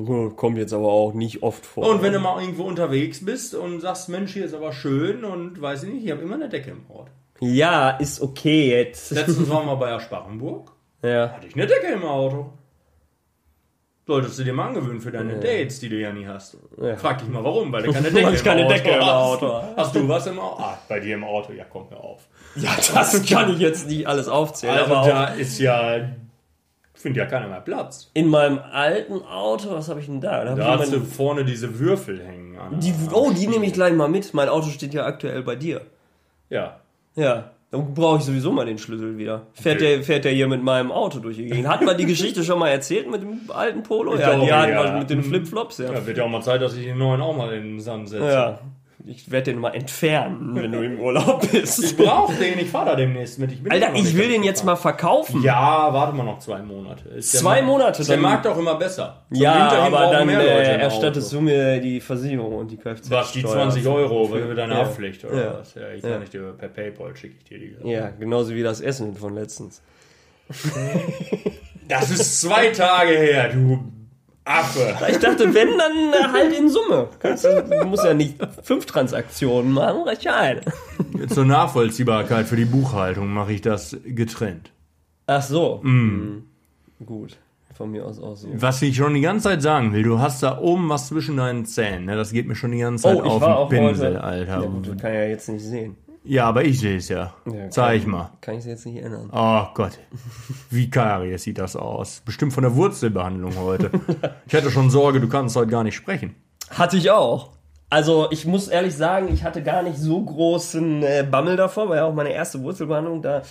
S1: gut, kommt jetzt aber auch nicht oft vor.
S2: Und wenn du mal irgendwo unterwegs bist und sagst, Mensch, hier ist aber schön und weiß ich nicht, ich habe immer eine Decke im Ort.
S1: ja, ist okay jetzt.
S2: Letztens waren wir bei Asparrenburg,
S1: Ja.
S2: hatte ich eine Decke im Auto. Solltest du dir mal angewöhnen für deine Dates, die du ja nie hast. Frag dich mal warum, weil du keine Decke,
S1: Weil ich keine Decke im Auto
S2: hast. Hast du was im Auto? Ah, bei dir im Auto, ja, kommt mir auf.
S1: ja, das kann ich jetzt nicht alles aufzählen.
S2: Also
S1: aber auch
S2: da ist ja, findet ja keiner mehr Platz.
S1: in meinem alten Auto, was habe ich denn da? Da, hab
S2: Da
S1: ich
S2: hast du
S1: meine,
S2: vorne diese Würfel hängen. An
S1: die, oh, die nehme ich gleich mal mit. Mein Auto steht ja aktuell bei dir.
S2: Ja.
S1: Ja, dann brauche ich sowieso mal den Schlüssel wieder. Fährt,
S2: Okay.
S1: der, fährt der hier mit meinem Auto durch die Gegend? Hat man die Geschichte schon mal erzählt mit dem alten Polo?
S2: Ich
S1: Ja,
S2: glaube,
S1: die hatten
S2: ja.
S1: wir mit den Flipflops, ja.
S2: Da wird ja auch mal Zeit, dass ich den neuen auch mal in den Sand setze.
S1: Ja. Ich werde den mal entfernen, wenn du im Urlaub
S2: Ich
S1: bist.
S2: brauch den, ich fahre da demnächst mit. bin
S1: Alter,
S2: noch
S1: ich
S2: nicht
S1: will den
S2: ganz
S1: jetzt
S2: gefahren.
S1: mal verkaufen.
S2: Ja, warte mal noch zwei Monate. Ist der
S1: Zwei
S2: Markt-
S1: Monate,
S2: Ist der
S1: dann-
S2: Markt auch immer besser. Zum
S1: Ja,
S2: Winter hin
S1: aber
S2: brauchen
S1: dann
S2: mehr Leute
S1: äh,
S2: ein
S1: erstattest
S2: Auto.
S1: du mir die Versicherung und die Kfz.
S2: was die
S1: Steuer.
S2: 20 Euro für deine
S1: Ja.
S2: Haftpflicht oder
S1: Ja.
S2: was? Ja, ich kann nicht dir per PayPal schicke ich dir die.
S1: Ja, genauso wie das Essen von letztens.
S2: Das ist zwei Tage her, du Affe.
S1: Ich dachte, wenn, dann äh, halt in Summe. Kannst Du du musst ja nicht fünf Transaktionen machen, reicht ja eine.
S2: Zur Nachvollziehbarkeit für die Buchhaltung mache ich das getrennt.
S1: Ach so.
S2: Mm.
S1: Mhm. Gut. Von mir aus auch so.
S2: Was ich schon die ganze Zeit sagen will, du hast da oben was zwischen deinen Zähnen. Ne? Das geht mir schon die ganze
S1: Oh,
S2: Zeit auf den Pinsel, Alter.
S1: Ja, gut, das kann ich ja jetzt nicht sehen.
S2: Ja, aber ich sehe es ja.
S1: Ja,
S2: Zeig
S1: kann-
S2: mal.
S1: Kann ich es jetzt nicht ändern.
S2: Oh Gott, wie Karies sieht das aus. Bestimmt von der Wurzelbehandlung heute. Ich hatte schon Sorge, du kannst heute gar nicht sprechen.
S1: Hatte ich auch. Also ich muss ehrlich sagen, ich hatte gar nicht so großen äh, Bammel davor, war ja auch meine erste Wurzelbehandlung. Da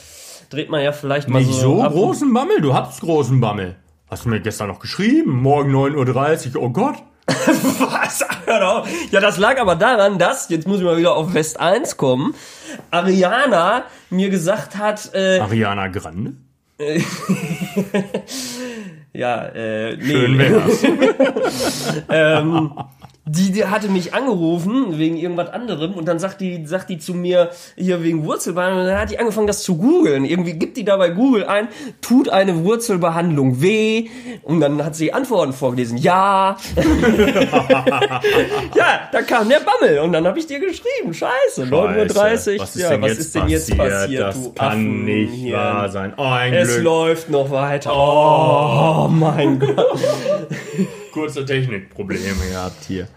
S1: dreht man ja vielleicht mal
S2: Nicht
S1: so
S2: so
S1: Also, ab-
S2: großen Bammel, du hattest großen Bammel. Hast du mir gestern noch geschrieben? Morgen 9.30 Uhr, oh Gott.
S1: Was? Hört auf. Ja, das lag aber daran, dass, jetzt muss ich mal wieder auf West 1 kommen, Ariana mir gesagt hat, äh,
S2: Ariana Grande?
S1: ja, äh, nee,
S2: Schön wär's.
S1: die, die hatte mich angerufen wegen irgendwas anderem und dann sagt die, sagt die zu mir hier wegen Wurzelbehandlung und dann hat die angefangen, das zu googeln. Irgendwie gibt die da bei Google ein, tut eine Wurzelbehandlung weh? Und dann hat sie Antworten vorgelesen. Ja. ja, da kam der Bammel und dann habe ich dir geschrieben. Scheiße, 9.30 Uhr.
S2: Was ist,
S1: ja,
S2: denn,
S1: was
S2: jetzt
S1: ist denn jetzt
S2: passiert?
S1: passiert,
S2: Das
S1: du
S2: kann
S1: Affen
S2: nicht
S1: hier?
S2: wahr sein. Oh, ein
S1: Es
S2: Glück.
S1: läuft noch weiter. Oh, mein Gott.
S2: Kurze Technikprobleme gehabt hier.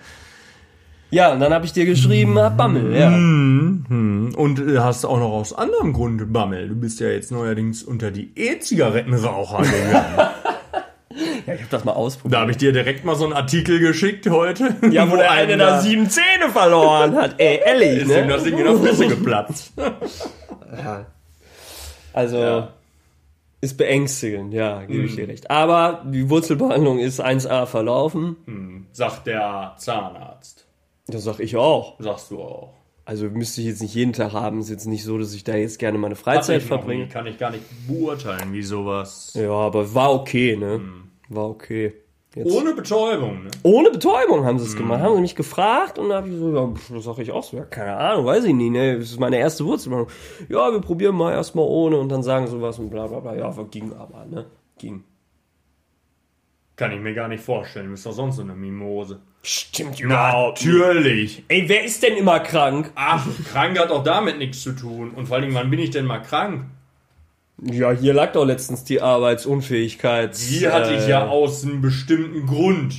S1: Ja, und dann habe ich dir geschrieben, hab Bammel. Ja.
S2: Mm. Und äh, hast auch noch aus anderem Grund Bammel. Du bist ja jetzt neuerdings unter die E-Zigarettenraucher gegangen.
S1: ja, ich habe das mal ausprobiert.
S2: Da habe ich dir direkt mal so einen Artikel geschickt heute.
S1: Ja, wo der eine
S2: einem
S1: da sieben Zähne verloren hat. Ey, ehrlich,
S2: Ist ihm
S1: ne?
S2: das Ding in der Fresse geplatzt.
S1: Also,
S2: Ja. Mhm.
S1: ist beängstigend, ja, gebe ich dir recht. Aber die Wurzelbehandlung ist 1A verlaufen.
S2: Sagt der Zahnarzt.
S1: Das sag ich auch.
S2: Sagst du auch.
S1: Also müsste ich jetzt nicht jeden Tag haben. Ist jetzt nicht so, dass ich da jetzt gerne meine Freizeit
S2: Hat mich noch nie,
S1: verbringe.
S2: Kann ich gar nicht beurteilen, wie sowas.
S1: Ja, aber war okay, ne? War okay. Jetzt.
S2: Mhm. Ohne Mhm. Betäubung. Ne?
S1: Ohne Betäubung haben sie es gemacht. Haben sie mich gefragt und dann habe ich so, ja, pf, das sage ich auch so, ja, keine Ahnung, weiß ich nicht, ne? Das ist meine erste Wurzelbehandlung. Ja, wir probieren mal erstmal ohne und dann sagen sie was und bla bla bla. Ja, ging aber, ne? Ging.
S2: Kann ich mir gar nicht vorstellen. Du bist doch sonst so eine Mimose.
S1: Stimmt
S2: Natürlich.
S1: Ey, wer ist denn immer krank?
S2: Ach, krank hat auch damit nichts zu tun. Und vor allem, wann bin ich denn mal krank?
S1: Ja, hier lag doch letztens die Arbeitsunfähigkeit.
S2: Die hatte ich ja aus einem bestimmten Grund.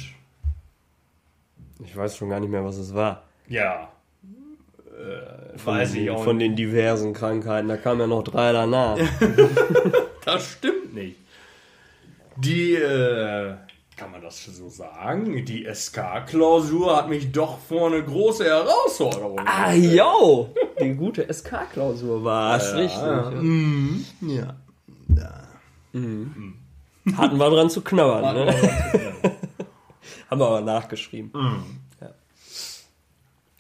S1: äh, Ich weiß schon gar nicht mehr, was es war.
S2: Ja. Äh, weiß ich auch
S1: Von
S2: nicht.
S1: den diversen Krankheiten. Da kamen ja noch drei danach.
S2: Das stimmt nicht. Die, äh, kann man das so sagen? Die SK-Klausur hat mich doch vor eine große Herausforderung.
S1: ah, yo! Die gute SK-Klausur war es, richtig.
S2: ja.
S1: Mhm. Hatten wir dran zu knabbern, ne? Haben wir Mhm. aber nachgeschrieben.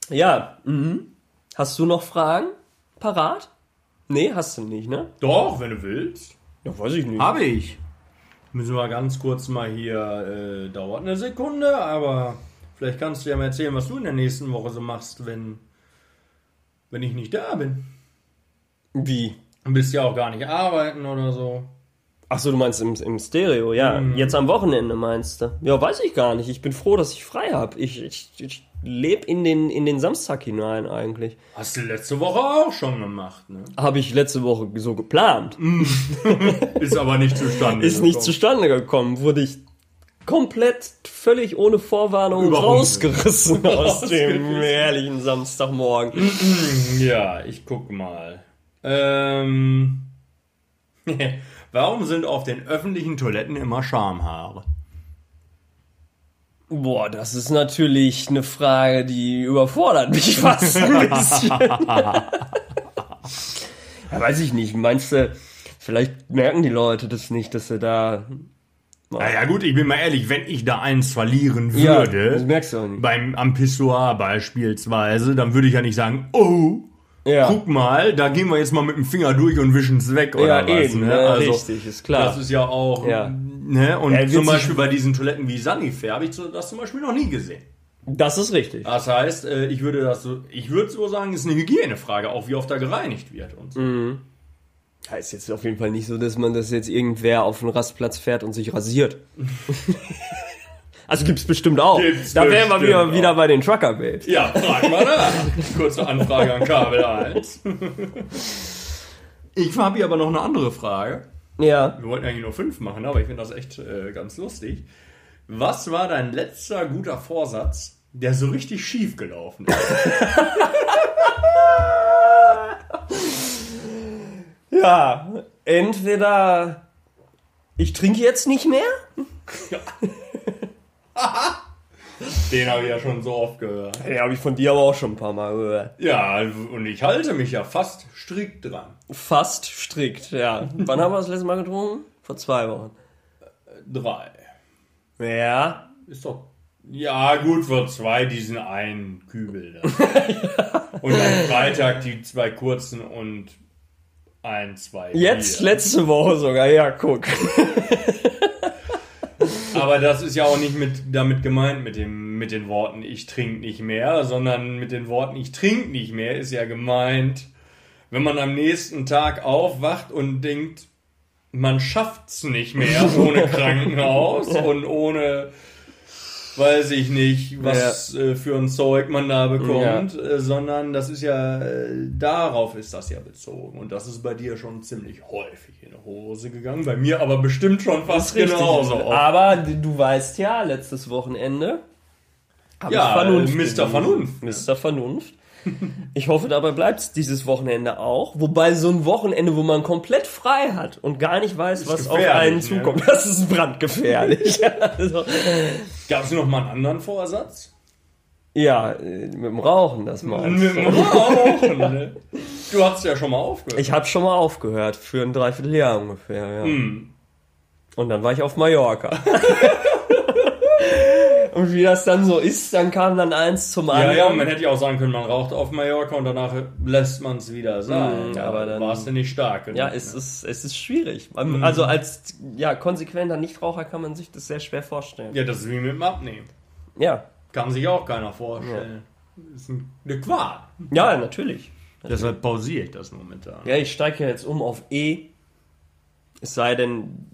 S1: Ja, ja mhm. hast du noch Fragen parat? Nee, hast du nicht, ne?
S2: Doch, wenn du willst.
S1: Ja, weiß ich nicht.
S2: Habe ich. Müssen wir ganz kurz mal hier, äh, dauert eine Sekunde, aber vielleicht kannst du ja mal erzählen, was du in der nächsten Woche so machst, wenn, wenn ich nicht da bin.
S1: Wie?
S2: Du bist ja auch gar nicht arbeiten oder so.
S1: Achso, du meinst im, im Stereo, ja. Jetzt am Wochenende meinst du. Ja, weiß ich gar nicht. Ich bin froh, dass ich frei habe. Ich, ich, ich lebe in den, in den Samstag hinein eigentlich.
S2: Hast du letzte Woche auch schon gemacht, ne?
S1: Habe ich letzte Woche so geplant.
S2: Ist aber nicht zustande.
S1: Ist nicht
S2: gekommen.
S1: zustande gekommen. Wurde ich komplett, völlig ohne Vorwarnung
S2: Überrumpelt.
S1: rausgerissen aus dem herrlichen Samstagmorgen.
S2: Ja, ich guck mal. Ähm. Warum sind auf den öffentlichen Toiletten immer Schamhaare?
S1: Boah, das ist natürlich eine Frage, die überfordert mich fast ein bisschen. ja, weiß ich nicht. Meinst du, vielleicht merken die Leute das nicht, dass sie da.
S2: Naja gut, ich bin mal ehrlich, wenn ich da eins verlieren
S1: Ja,
S2: würde,
S1: das merkst du auch nicht.
S2: beim am Pissoir beispielsweise, dann würde ich ja nicht sagen, oh,
S1: Ja.
S2: guck mal, da gehen wir jetzt mal mit dem Finger durch und wischen es weg oder
S1: Ja,
S2: was.
S1: eben,
S2: ne?
S1: ja,
S2: also,
S1: richtig, ist klar.
S2: Das ist ja auch,
S1: Ja.
S2: ne, und
S1: Ja,
S2: zum
S1: witzig.
S2: Beispiel bei diesen Toiletten wie Sanifair habe ich so- das zum Beispiel noch nie gesehen.
S1: Das ist richtig.
S2: Das heißt, äh, ich würde das so, ich würde so sagen, ist eine Hygienefrage, auch wie oft da gereinigt wird und so.
S1: Ja, ist jetzt auf jeden Fall nicht so, dass man das jetzt irgendwer auf den Rastplatz fährt und sich rasiert. also gibt's bestimmt auch.
S2: Gibt's
S1: da wären wir wieder,
S2: bestimmt
S1: wieder bei den Trucker Babes.
S2: Ja, frag mal nach. Kurze Anfrage an Kabel 1. Ich habe hier aber noch eine andere Frage.
S1: Ja.
S2: Wir wollten eigentlich nur fünf machen, aber ich finde das echt äh, ganz lustig. Was war dein letzter guter Vorsatz, der so richtig schief gelaufen ist?
S1: Ja. Entweder ich trinke jetzt nicht mehr.
S2: Den habe ich ja schon so oft gehört.
S1: Ja, habe ich von dir aber auch schon ein paar Mal gehört.
S2: Ja, und ich halte mich ja fast strikt dran.
S1: Fast strikt, ja. Wann haben wir das letzte Mal getrunken? Vor zwei Wochen.
S2: Drei.
S1: Ja.
S2: Ist doch. Ja, gut, vor zwei diesen einen Kübel. Da. Und am Freitag die zwei kurzen und ein, zwei.
S1: Jetzt
S2: Bier.
S1: letzte Woche sogar. Ja, guck.
S2: Aber das ist ja auch nicht mit, damit gemeint mit, dem, mit den Worten ich trinke nicht mehr, sondern mit den Worten ich trinke nicht mehr ist ja gemeint, wenn man am nächsten Tag aufwacht und denkt, man schafft's nicht mehr ohne Krankenhaus und ohne weiß ich nicht, was äh, für ein Zeug man da bekommt, äh, sondern das ist ja äh, darauf ist das ja bezogen und das ist bei dir schon ziemlich häufig in die Hose gegangen, bei mir aber bestimmt schon fast genauso oft.
S1: Genau. Aber du weißt ja, letztes Wochenende habe
S2: Ja,
S1: ich Vernunft.
S2: äh, Mr.
S1: bewiesen.
S2: Vernunft.
S1: Mr. Vernunft. Ich hoffe, dabei bleibt es dieses Wochenende auch. Wobei so ein Wochenende, wo man komplett frei hat und gar nicht weiß, was auf
S2: gefährlich,
S1: einen
S2: ne?
S1: zukommt, das ist brandgefährlich. also,
S2: Gab es noch mal einen anderen Vorsatz?
S1: ja, äh, mit dem Rauchen, das meinst du.
S2: Rauchen, ne? Du hast ja schon mal aufgehört.
S1: Ich habe schon mal aufgehört, für ein Dreivierteljahr ungefähr, ja.
S2: Hm.
S1: Und dann war ich auf Mallorca. und wie das dann so ist, dann kam dann eins zum
S2: ja,
S1: anderen.
S2: ja, man hätte ja auch sagen können, man raucht auf Mallorca und danach lässt man es wieder sein.
S1: Mhm, aber dann-
S2: warst du nicht stark. Genug, ne?
S1: Ja, es ist, es ist schwierig. Man-
S2: Mhm.
S1: Also als ja, konsequenter Nichtraucher kann man sich das sehr schwer vorstellen.
S2: ja, das ist wie mit dem Abnehmen.
S1: Ja,
S2: Kann sich auch keiner vorstellen. Ist ein- eine Qual.
S1: ja, natürlich.
S2: Deshalb pausiere ich das momentan.
S1: Ja, ich steige ja jetzt um auf E. Es sei denn,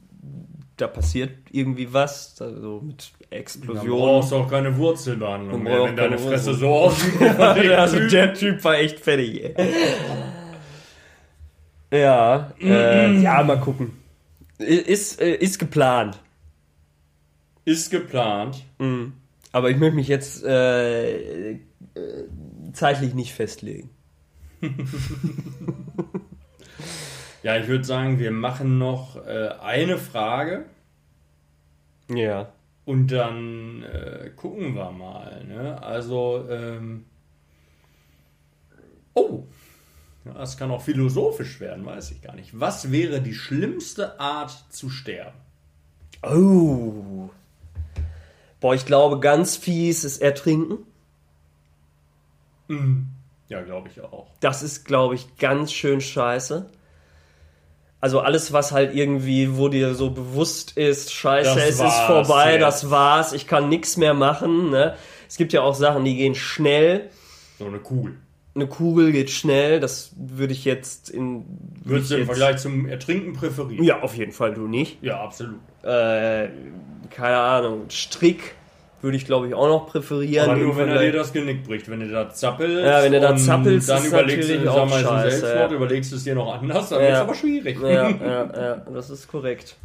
S1: da passiert irgendwie was, also mit
S2: Dann
S1: Explosionen.
S2: brauchst du auch keine Wurzelbehandlung
S1: Dann
S2: mehr,
S1: brauch
S2: wenn
S1: ich
S2: deine
S1: keine
S2: Fresse
S1: Wurzel.
S2: so aussieht. wie
S1: also
S2: Typ.
S1: der Typ war echt fertig. Ey. ja, äh, ja, mal gucken. I- Ist, äh, ist geplant.
S2: Ist geplant.
S1: Aber ich möchte mich jetzt äh, äh, zeitlich nicht festlegen.
S2: Ja, ich würde sagen, wir machen noch äh, eine Frage.
S1: Ja.
S2: Und dann äh, gucken wir mal. Ne? Also, ähm, oh, ja, das kann auch philosophisch werden, weiß ich gar nicht. Was wäre die schlimmste Art zu sterben?
S1: Oh. Boah, ich glaube, ganz fies ist Ertrinken.
S2: Ja, glaube ich auch.
S1: Das ist, glaube ich, ganz schön scheiße. Also alles, was halt irgendwie, wo dir so bewusst ist, scheiße,
S2: Das
S1: es ist
S2: war's
S1: vorbei,
S2: jetzt.
S1: das war's, ich kann nichts mehr machen. Ne? Es gibt ja auch Sachen, die gehen schnell.
S2: So eine Kugel.
S1: Eine Kugel geht schnell, das würde ich jetzt in...
S2: Würdest du im
S1: jetzt-
S2: Vergleich zum Ertrinken präferieren?
S1: Ja, auf jeden Fall, du nicht.
S2: Ja, absolut.
S1: Äh, keine Ahnung, Strick würde ich glaube ich auch noch präferieren.
S2: Aber
S1: im
S2: nur wenn er
S1: Vergleich-
S2: dir das Genick bricht, wenn du da zappelst.
S1: Ja, wenn du da
S2: und
S1: zappelst,
S2: dann
S1: ist
S2: überlegst du
S1: natürlich
S2: dir
S1: auch
S2: mal
S1: scheiße,
S2: Selbstmord,
S1: ja.
S2: überlegst du es dir noch anders, dann
S1: Ja.
S2: wird's aber schwierig.
S1: Ja, ja, ja, das ist korrekt.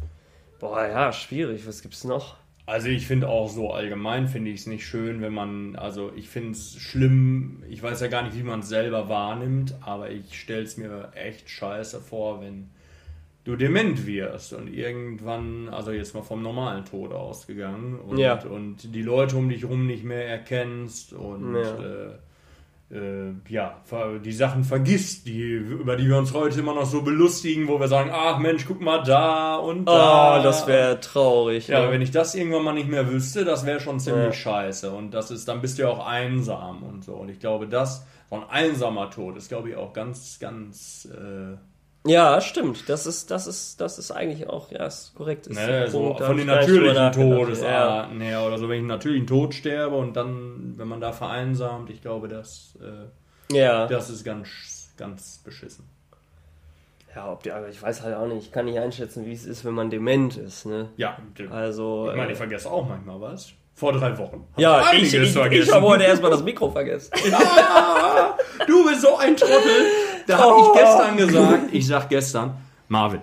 S1: Boah, ja, schwierig. Was gibt's noch?
S2: Also ich finde auch so allgemein finde ich es nicht schön, wenn man, also ich finde es schlimm, ich weiß ja gar nicht, wie man es selber wahrnimmt, aber ich stelle es mir echt scheiße vor, wenn du dement wirst und irgendwann, also jetzt mal vom normalen Tod ausgegangen und,
S1: Ja.
S2: und die Leute um dich rum nicht mehr erkennst und
S1: Ja.
S2: äh, äh, ja, ver- die Sachen vergisst, die, über die wir uns heute immer noch so belustigen, wo wir sagen, ach Mensch, guck mal da und da.
S1: Ah, das wäre traurig.
S2: Ja,
S1: ne?
S2: aber wenn ich das irgendwann mal nicht mehr wüsste, das wäre schon ziemlich scheiße. Und das ist, dann bist du ja auch einsam und so. Und ich glaube, das, so ein einsamer Tod, ist, glaube ich, auch ganz, ganz. Äh,
S1: ja, stimmt. Das ist, das ist, das ist eigentlich auch, ja, ist korrekt. Ist
S2: ne,
S1: ein
S2: so
S1: Punkt, da
S2: von
S1: hab
S2: den
S1: ich gar nicht drüber
S2: natürlichen ah.
S1: nachgedacht.
S2: Todesarten her oder so, wenn ich einen natürlichen Tod sterbe und dann, wenn man da vereinsamt, ich glaube, das, äh,
S1: Ja. ja.
S2: das ist ganz, ganz beschissen.
S1: Ja, ob die, aber ich weiß halt auch nicht. Ich kann nicht einschätzen, wie es ist, wenn man dement ist. Ne?
S2: Ja,
S1: Also.
S2: ich meine, ich
S1: äh,
S2: vergesse auch manchmal was. Vor drei Wochen. Hab
S1: ja, ich,
S2: einiges
S1: ich,
S2: vergessen.
S1: ich habe heute erstmal das Mikro vergessen.
S2: Du bist so ein Trottel. Da habe ich gestern gesagt, ich sag gestern, Marvin,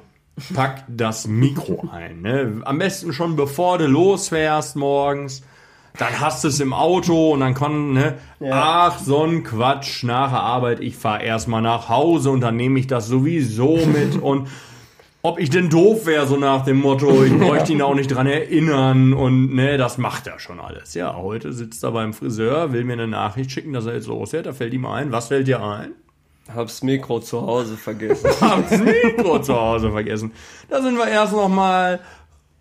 S2: pack das Mikro ein. Ne? Am besten schon bevor du losfährst morgens. Dann hast du es im Auto und dann kann, ne? Ach, so ein Quatsch nach der Arbeit. Ich fahre erstmal nach Hause und dann nehme ich das sowieso mit. und ob ich denn doof wäre, so nach dem Motto, ich bräuchte ihn auch nicht dran erinnern und ne, das macht er schon alles. Ja, heute sitzt er beim Friseur, will mir eine Nachricht schicken, dass er jetzt losfährt, da fällt ihm ein. Was fällt dir ein?
S1: Hab's Mikro zu Hause vergessen.
S2: Hab's Mikro zu Hause vergessen. Da sind wir erst noch mal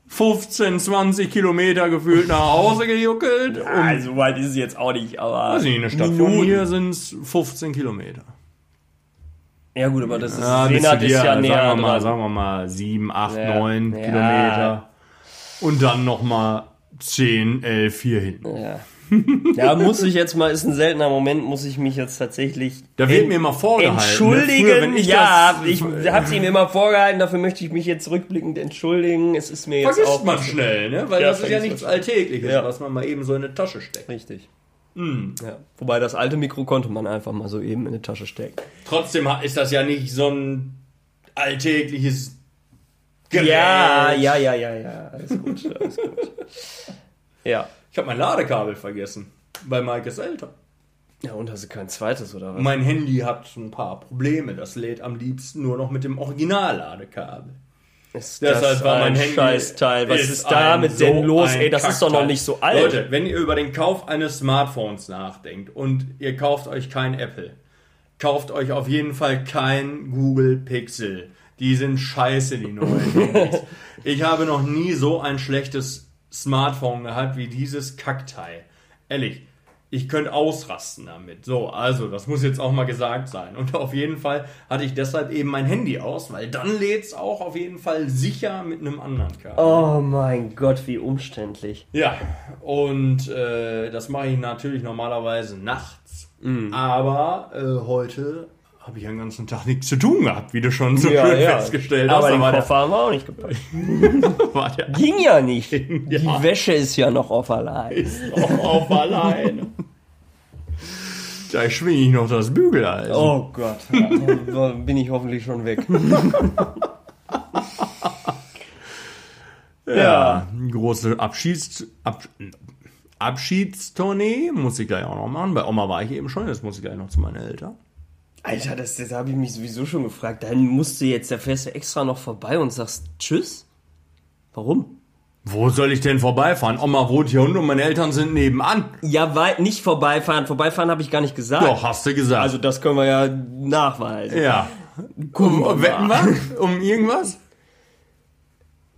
S2: 15, 20 Kilometer gefühlt nach Hause gejuckelt. Und,
S1: also, weit ist es jetzt auch nicht, aber.
S2: weiß nicht, in der Stadt von hier sind's 15 Kilometer.
S1: Ja, gut, aber das ist.
S2: Ja, bis
S1: Senat
S2: zu
S1: ist
S2: dir,
S1: ja
S2: sagen,
S1: näher.
S2: wir mal,
S1: dran.
S2: sagen wir mal 7, 8,
S1: Ja.
S2: 9
S1: Ja.
S2: Kilometer. Und dann nochmal 10, 11 hier hin.
S1: Ja. ja, muss ich jetzt mal, ist ein seltener Moment, muss ich mich jetzt tatsächlich.
S2: Da wird mir immer vorgehalten. ne?
S1: Entschuldigen,
S2: Früher, wenn ich
S1: ja,
S2: das,
S1: ich hab's ihm immer vorgehalten, dafür möchte ich mich jetzt rückblickend entschuldigen. Es ist mir jetzt
S2: vergisst
S1: auch
S2: man schnell, ne? Weil
S1: Ja,
S2: das ist ja
S1: vergisst
S2: nichts
S1: man
S2: Alltägliches,
S1: Ja.
S2: was man mal eben so in eine Tasche steckt.
S1: richtig.
S2: Hm.
S1: Ja. Wobei das alte Mikro konnte man einfach mal so eben in die Tasche stecken.
S2: Trotzdem ha- ist das ja nicht so ein alltägliches Gerät.
S1: Ja, ja, ja, ja, ja. Alles gut, alles gut. Ja.
S2: Ich habe mein Ladekabel vergessen bei Maikes Eltern.
S1: Ja, und hast du kein zweites oder was?
S2: Mein Handy hat ein paar Probleme. Das lädt am liebsten nur noch mit dem Originalladekabel.
S1: Ist
S2: Deshalb war mein
S1: ein
S2: Handy
S1: Scheißteil. Was ist, damit
S2: ein-
S1: denn
S2: so
S1: los?
S2: ein
S1: Ey, das ist doch noch
S2: Kackteil.
S1: nicht so alt.
S2: Leute, wenn ihr über den Kauf eines Smartphones nachdenkt und ihr kauft euch kein Apple, kauft euch auf jeden Fall kein Google Pixel. Die sind scheiße, die neuen Handys. Ich habe noch nie so ein schlechtes Smartphone gehabt wie dieses Kackteil. Ehrlich, ich könnte ausrasten damit. So, also, das muss jetzt auch mal gesagt sein. Und auf jeden Fall hatte ich deshalb eben mein Handy aus, weil dann lädt's auch auf jeden Fall sicher mit einem anderen Kabel.
S1: Oh mein Gott, wie umständlich.
S2: Ja, und äh, das mache ich natürlich normalerweise nachts. Aber äh, heute habe ich einen ganzen Tag nichts zu tun gehabt, wie du schon so schön festgestellt
S1: Aber
S2: hast.
S1: den
S2: Aber
S1: Koffer haben wir auch nicht gepackt.
S2: der, war der
S1: Ging ja nicht.
S2: Ja.
S1: Die Wäsche ist ja noch auf allein.
S2: ist auch auf alleine. Da schwinge ich noch das Bügeleisen.
S1: Oh Gott, ja, da bin ich hoffentlich schon weg.
S2: Ja, eine große Abschieds Ab Abschiedstournee muss ich gleich auch noch machen. Bei Oma war ich eben schon, jetzt muss ich gleich noch zu meinen Eltern.
S1: Alter, das, das habe ich mich sowieso schon gefragt. Dann musst du jetzt, da fährst du extra noch vorbei und sagst Tschüss? Warum?
S2: Wo soll ich denn vorbeifahren? Oma wohnt hier unten und meine Eltern sind nebenan.
S1: Ja, weil nicht vorbeifahren. Vorbeifahren habe ich gar nicht gesagt.
S2: Doch, hast du gesagt.
S1: Also das können wir ja nachweisen.
S2: Ja. Um, um, wetten wir? Um irgendwas?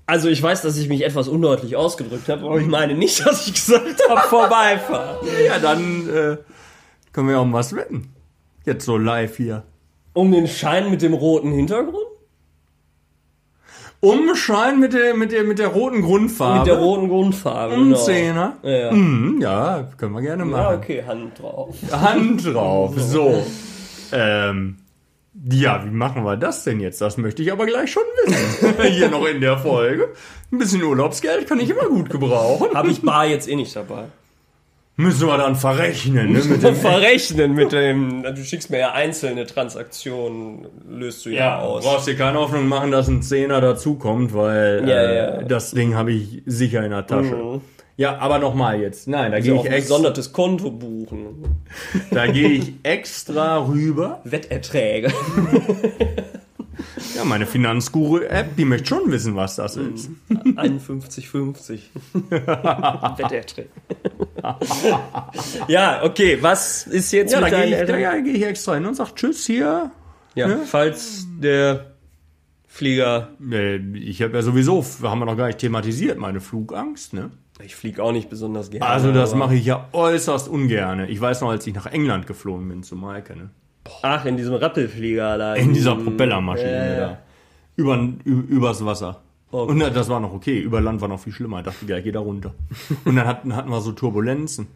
S1: Also ich weiß, dass ich mich etwas undeutlich ausgedrückt habe, aber ich meine nicht, dass ich gesagt habe, vorbeifahren.
S2: Ja, dann äh, können wir um was wetten. Jetzt so live hier.
S1: Um den Schein mit dem roten Hintergrund?
S2: Umschein mit der, mit der, mit der roten Grundfarbe.
S1: Mit der roten Grundfarbe.
S2: Ein
S1: genau.
S2: Zehner.
S1: Ja.
S2: Mhm, ja, können wir gerne
S1: Ah,
S2: machen.
S1: okay, Hand drauf.
S2: Hand drauf. So. Ähm, ja, wie machen wir das denn jetzt? Das möchte ich aber gleich schon wissen. Hier noch in der Folge. Ein bisschen Urlaubsgeld kann ich immer gut gebrauchen.
S1: Habe ich Bar jetzt eh nicht dabei.
S2: Müssen wir dann verrechnen, ne? Mit
S1: Mit dem
S2: dem
S1: Verrechnen mit dem. Du schickst mir ja einzelne Transaktionen, löst du ja,
S2: Ja,
S1: aus.
S2: brauchst dir keine Hoffnung machen, dass ein Zehner dazukommt, weil
S1: Ja,
S2: äh,
S1: ja.
S2: das Ding habe ich sicher in der Tasche. Ja, aber nochmal jetzt. Nein, da
S1: Also
S2: gehe
S1: auch
S2: ich,
S1: ein
S2: extra,
S1: gesondertes Konto buchen.
S2: da geh ich extra rüber.
S1: Wetterträge.
S2: Ja, meine Finanzguru-App, die möchte schon wissen, was das
S1: Mhm.
S2: ist.
S1: 51,50. Wetterträge. ja, okay, was ist jetzt
S2: Ja, da
S1: mit
S2: gehe
S1: deinen
S2: ich, da,
S1: Eltern?
S2: ja, ne? gehe ich extra hin und sage Tschüss hier.
S1: Ja, falls der Flieger.
S2: Äh, Ich habe ja sowieso, haben wir noch gar nicht thematisiert, meine Flugangst, ne?
S1: Ich fliege auch nicht besonders gerne.
S2: Also das
S1: aber-
S2: mache ich ja äußerst ungerne. Ich weiß noch, als ich nach England geflogen bin zu Maike, ne?
S1: Ach, in diesem Rappelflieger da.
S2: In dieser Propellermaschine
S1: Ja, ja.
S2: da. Über, ü- übers Wasser.
S1: äh. Okay.
S2: Und äh, das war noch okay. Über Land war noch viel schlimmer. Ich dachte gleich, geht da runter. Und dann hatten, hatten wir so Turbulenzen.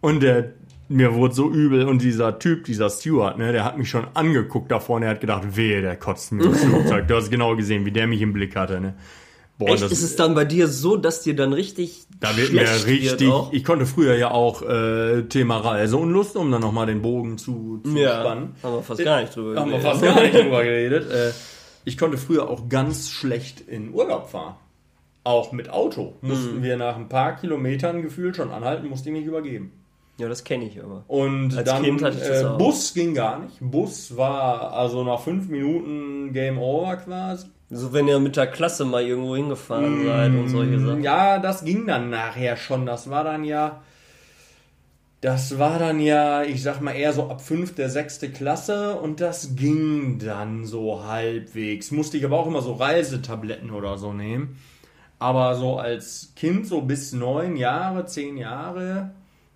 S2: Und der, mir wurde so übel. Und dieser Typ, dieser Steward, ne, der hat mich schon angeguckt da vorne. Er hat gedacht, wehe, der kotzt mir ins Flugzeug. Du hast genau gesehen, wie der mich im Blick hatte. Ne? Boah,
S1: Echt, ist es dann bei dir so, dass dir dann richtig
S2: da wird mir
S1: schlecht
S2: richtig.
S1: wird auch?
S2: Ich konnte früher ja auch äh, Thema Reise und Lust, um dann nochmal den Bogen zu, zu
S1: ja,
S2: spannen.
S1: haben wir fast gar nicht drüber
S2: Da haben wir
S1: geredet.
S2: fast gar nicht drüber geredet. Äh, ich konnte früher auch ganz schlecht in Urlaub fahren. Auch mit Auto.
S1: Mhm.
S2: Mussten wir nach ein paar Kilometern gefühlt schon anhalten, musste ich mich übergeben.
S1: Ja, das kenne ich aber.
S2: Und
S1: Als
S2: dann
S1: Kind hatte ich das
S2: äh,
S1: auch.
S2: Bus ging gar nicht. Bus war also nach fünf Minuten Game Over quasi.
S1: So, wenn ihr mit der Klasse mal irgendwo hingefahren seid und solche Sachen.
S2: Mm. Hm, Ja, das ging dann nachher schon. Das war dann ja. Das war dann ja, ich sag mal, eher so ab fünfte, sechste Klasse und das ging dann so halbwegs. Musste ich aber auch immer so Reisetabletten oder so nehmen. Aber so als Kind, so bis neun Jahre, zehn Jahre,